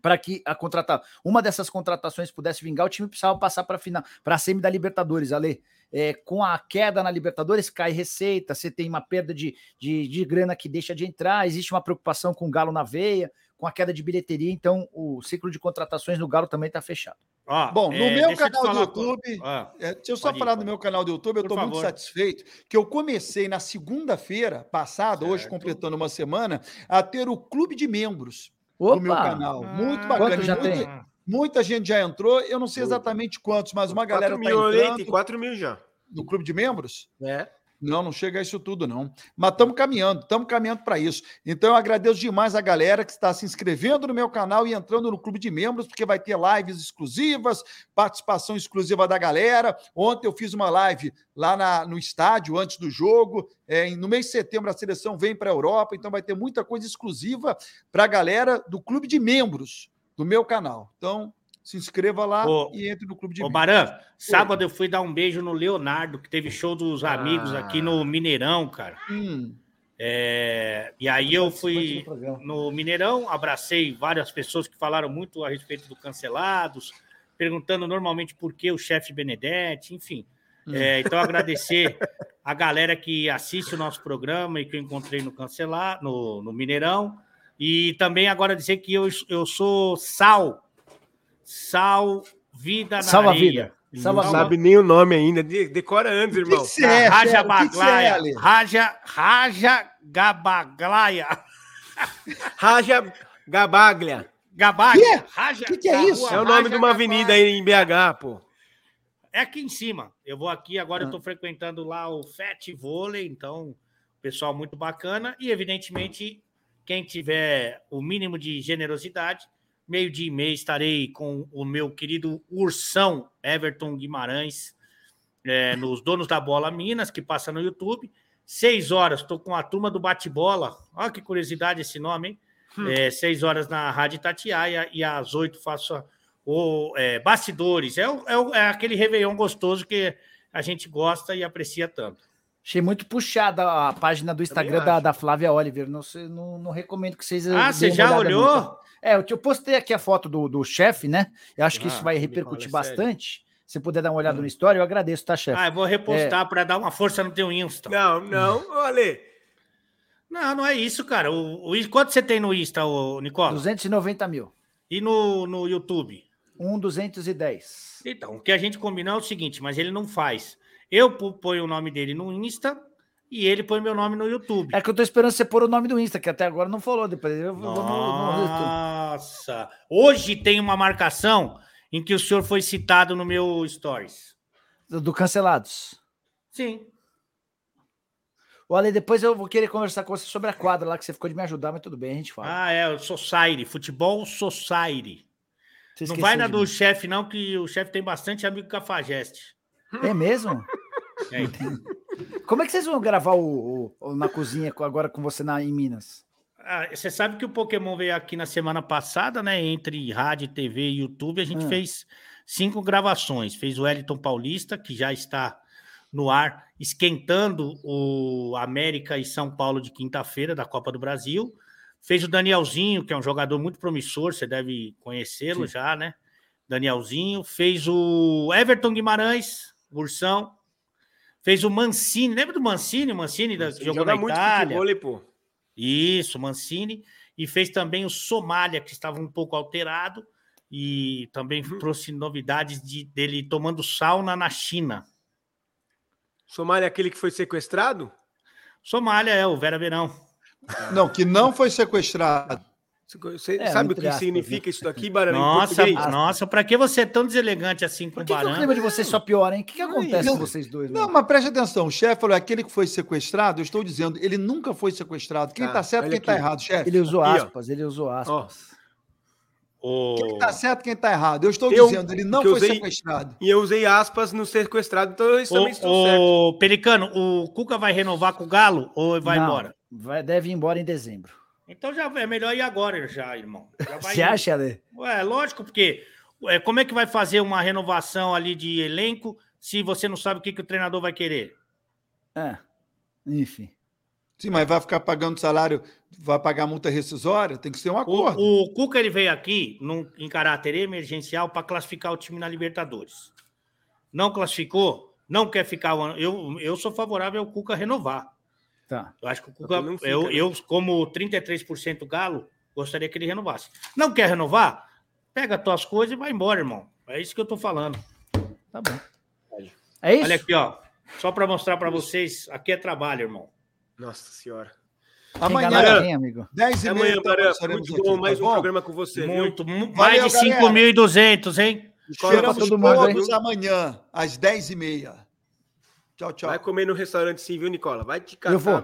S4: para que a contratar uma dessas contratações pudesse vingar, o time precisava passar para final, para a semi da Libertadores, Ale. É, com a queda na Libertadores, cai receita, você tem uma perda de, de, de grana que deixa de entrar, existe uma preocupação com o Galo na veia, com a queda de bilheteria, então o ciclo de contratações no Galo também está fechado.
S3: Ó,
S1: Bom, no
S3: é,
S1: meu
S3: deixa eu te
S1: canal do
S3: falar uma coisa. Ah.
S1: YouTube,
S3: Ó.
S1: É, deixa eu só
S3: Pode ir,
S1: falar do
S3: pode
S1: meu canal do YouTube, eu
S3: Por
S1: estou muito
S3: favor.
S1: satisfeito que eu comecei na segunda-feira passada, hoje completando uma semana, a ter o clube de membros
S4: Opa!
S1: do meu canal. muito
S3: Ah,
S1: bacana.
S4: quantos já
S1: muita,
S4: tem?
S1: muita gente já entrou, eu não sei exatamente quantos, mas uma galera está
S2: mil, eu olhei, tem
S1: entrando
S2: 4 mil já.
S1: no clube de membros.
S2: É.
S1: Não, não chega a isso tudo, não. Mas estamos caminhando, estamos caminhando para isso. Então eu agradeço demais a galera que está se inscrevendo no meu canal e entrando no clube de membros, porque vai ter lives exclusivas, participação exclusiva da galera. Ontem eu fiz uma live lá na- no estádio, antes do jogo. É, em- no mês de setembro a seleção vem para a Europa, então vai ter muita coisa exclusiva para a galera do clube de membros do meu canal. Então se inscreva lá
S3: Ô,
S1: e entre no clube de
S3: Ô,
S1: membros.
S3: Baran, sábado eu fui dar um beijo no Leonardo, que teve show dos amigos aqui no Mineirão, cara.
S1: Hum,
S3: É, E aí eu fui no Mineirão, abracei várias pessoas que falaram muito a respeito do Cancelados, perguntando normalmente por que o chefe Benedetti, enfim.
S4: Hum.
S3: É, então, agradecer a galera que assiste o nosso programa e que eu encontrei no Cancelar, no, no Mineirão. E também agora dizer que eu, eu sou sal. Sal, vida na
S4: Salva a
S3: areia. Hum.
S4: vida. Salva
S2: Não
S4: a vida.
S2: sabe nem o nome ainda. de- Decora antes,
S1: O que
S2: irmão.
S1: que você é,
S3: raja
S1: Fera? O que que você é,
S3: Baglaia.
S1: Ale?
S3: raja, raja Gabaglaia.
S2: Raja Gabaglia.
S3: Gabaglia.
S1: Quê?
S3: Raja,
S1: Que que é isso?
S2: É o nome de uma avenida aí em BH, pô.
S3: É aqui em cima. Eu vou aqui, agora eu
S1: Ah.
S3: tô frequentando lá o Fat Vôlei, então, pessoal muito bacana. E, evidentemente, quem tiver o mínimo de generosidade, meio dia e meia estarei com o meu querido ursão Everton Guimarães, é, nos Donos da Bola Minas, que passa no YouTube. Seis horas, estou com a turma do bate-bola. Olha que curiosidade esse nome, hein?
S1: Hum.
S3: É, seis horas na Rádio Tatiaia e às oito faço a- o é, bastidores. É, o- é o- é aquele Réveillon gostoso que a gente gosta e aprecia tanto.
S4: Achei muito puxada a página do Instagram da,
S2: acho.
S4: da Flávia Oliver. Não, sei- não, não recomendo que vocês. eh,
S3: Ah,
S4: deem
S3: você
S4: uma
S3: já
S4: olhada
S3: olhou?
S4: muito. É, eu, te- eu postei aqui a foto do, do chefe, né? Eu acho que
S2: Ah,
S4: isso vai
S2: me
S4: repercutir
S2: fala, é sério.
S4: bastante. Se puder dar uma olhada no história, eu agradeço, tá, chefe?
S3: Ah, eu vou repostar para dar uma força no teu Insta. Não,
S2: Não, não, ô, Ale.
S3: não, é isso, cara. O, o, quanto você tem no Insta, ô, Nicola?
S4: 290 mil.
S3: E no, no YouTube?
S4: Um 210.
S3: Então, o que a gente combinou é o seguinte, mas ele não faz. Eu pu- ponho o nome dele no Insta e ele põe meu nome no YouTube.
S4: É que eu tô esperando você pôr o nome do Insta, que até agora não falou. Depois eu vou vou no- no-
S3: Nossa! Hoje tem uma marcação em que o senhor foi citado no meu Stories.
S4: do, do Cancelados.
S3: Sim.
S4: Ô, Ale, depois eu vou querer conversar com você sobre a quadra lá que você ficou de me ajudar, mas tudo bem, a gente fala.
S3: Ah, é, o Society, futebol Society.
S4: Você
S3: não
S4: esqueceu
S3: vai na
S4: de
S3: do
S4: mim.
S3: chefe, não, que o chefe tem bastante amigo cafajeste.
S4: É mesmo?
S3: É,
S4: Como é que vocês vão gravar o, o- o na cozinha co- agora com você na, em Minas?
S3: Ah, Você sabe que o Pokémon veio aqui na semana passada, né? Entre rádio, TV e YouTube, a gente
S4: Ah.
S3: fez cinco gravações. Fez o Wellington Paulista, que já está no ar, esquentando o América e São Paulo de quinta-feira da Copa do Brasil. Fez o Danielzinho, que é um jogador muito promissor, você deve conhecê-lo já, né? Danielzinho. Fez o Everton Guimarães, Ursão. Fez o Mancini, lembra do Mancini? O Mancini, da- que jogou na
S2: Joga muito
S3: Itália.
S2: futebol, hein, pô.
S3: Isso, Mancini. E fez também o Somália, que estava um pouco alterado. E também trouxe novidades de- dele tomando sauna na China.
S2: Somália é aquele que foi sequestrado?
S3: Somália é o Vera Verão.
S1: Não, que não foi sequestrado.
S2: Você
S4: É,
S2: sabe o
S4: entre
S2: que
S4: aspas,
S2: significa isso daqui, Barão?
S3: Nossa,
S4: Ah,
S2: em português?
S3: nossa, pra que você é tão deselegante assim com
S4: Por
S3: o
S4: que, que o
S3: Barão?
S4: clima de vocês só piora, hein? O que, que acontece
S1: não.
S4: com vocês dois?
S1: Não,
S4: né?
S1: mas preste atenção. O chefe falou, aquele que foi sequestrado, eu estou dizendo, ele nunca foi sequestrado. Quem
S2: Tá,
S1: está certo,
S2: olha
S1: quem está
S2: aqui.
S1: errado, chefe?
S4: Ele usou
S2: Aqui, ó.
S4: aspas, ele usou aspas.
S2: Ó,
S3: Ô,
S1: Quem está certo, quem está errado. Eu estou
S2: Eu-
S1: dizendo, ele não
S2: que eu
S1: foi
S2: usei-
S1: sequestrado.
S2: e eu usei aspas no sequestrado, então eles também estão certos.
S3: ô, ô, Pelicano, o Cuca vai renovar com o Galo ou vai
S4: Não,
S3: embora?
S4: vai- deve ir embora em dezembro.
S3: Então já é melhor ir agora, já, irmão. Já vai
S4: Você
S3: indo.
S4: acha, Ale?
S3: É, lógico, porque é, como é que vai fazer uma renovação ali de elenco se você não sabe o que, que o treinador vai querer?
S4: É. Enfim.
S1: Sim, mas vai ficar pagando salário, vai pagar multa rescisória? Tem que ser um acordo.
S3: O, o Cuca ele veio aqui num- em caráter emergencial para classificar o time na Libertadores. Não classificou, não quer ficar. o ano- Eu, eu sou favorável ao Cuca renovar.
S4: Tá.
S3: Eu acho que o Cuca,
S2: Ele não fica,
S3: eu,
S2: né?
S3: eu, como 33% galo, gostaria que ele renovasse. Não quer renovar? Pega as tuas coisas e vai embora, irmão. É isso que eu tô falando.
S4: Tá bom. É isso?
S3: Olha aqui, ó. Só para mostrar para vocês, aqui é trabalho, irmão.
S2: Nossa senhora. então,
S4: Amanhã,
S1: Amanhã,
S4: amigo?
S1: 10
S2: Até
S1: e
S2: amanhã,
S1: meia, então,
S2: Barão.
S1: estaremos
S2: Muito bom,
S1: aqui,
S2: mais
S1: tá
S2: um
S1: bom?
S2: programa com você, viu?
S3: Muito, mu- mais de
S1: Valeu, galera.
S3: 5.200, hein?
S1: Esperamos
S2: Tá
S4: pra todo mundo,
S1: todos amanhã, às 10 e meia. Tchau, tchau.
S2: Vai comer no restaurante sim, viu, Nicola? Vai te catar.
S4: Eu vou.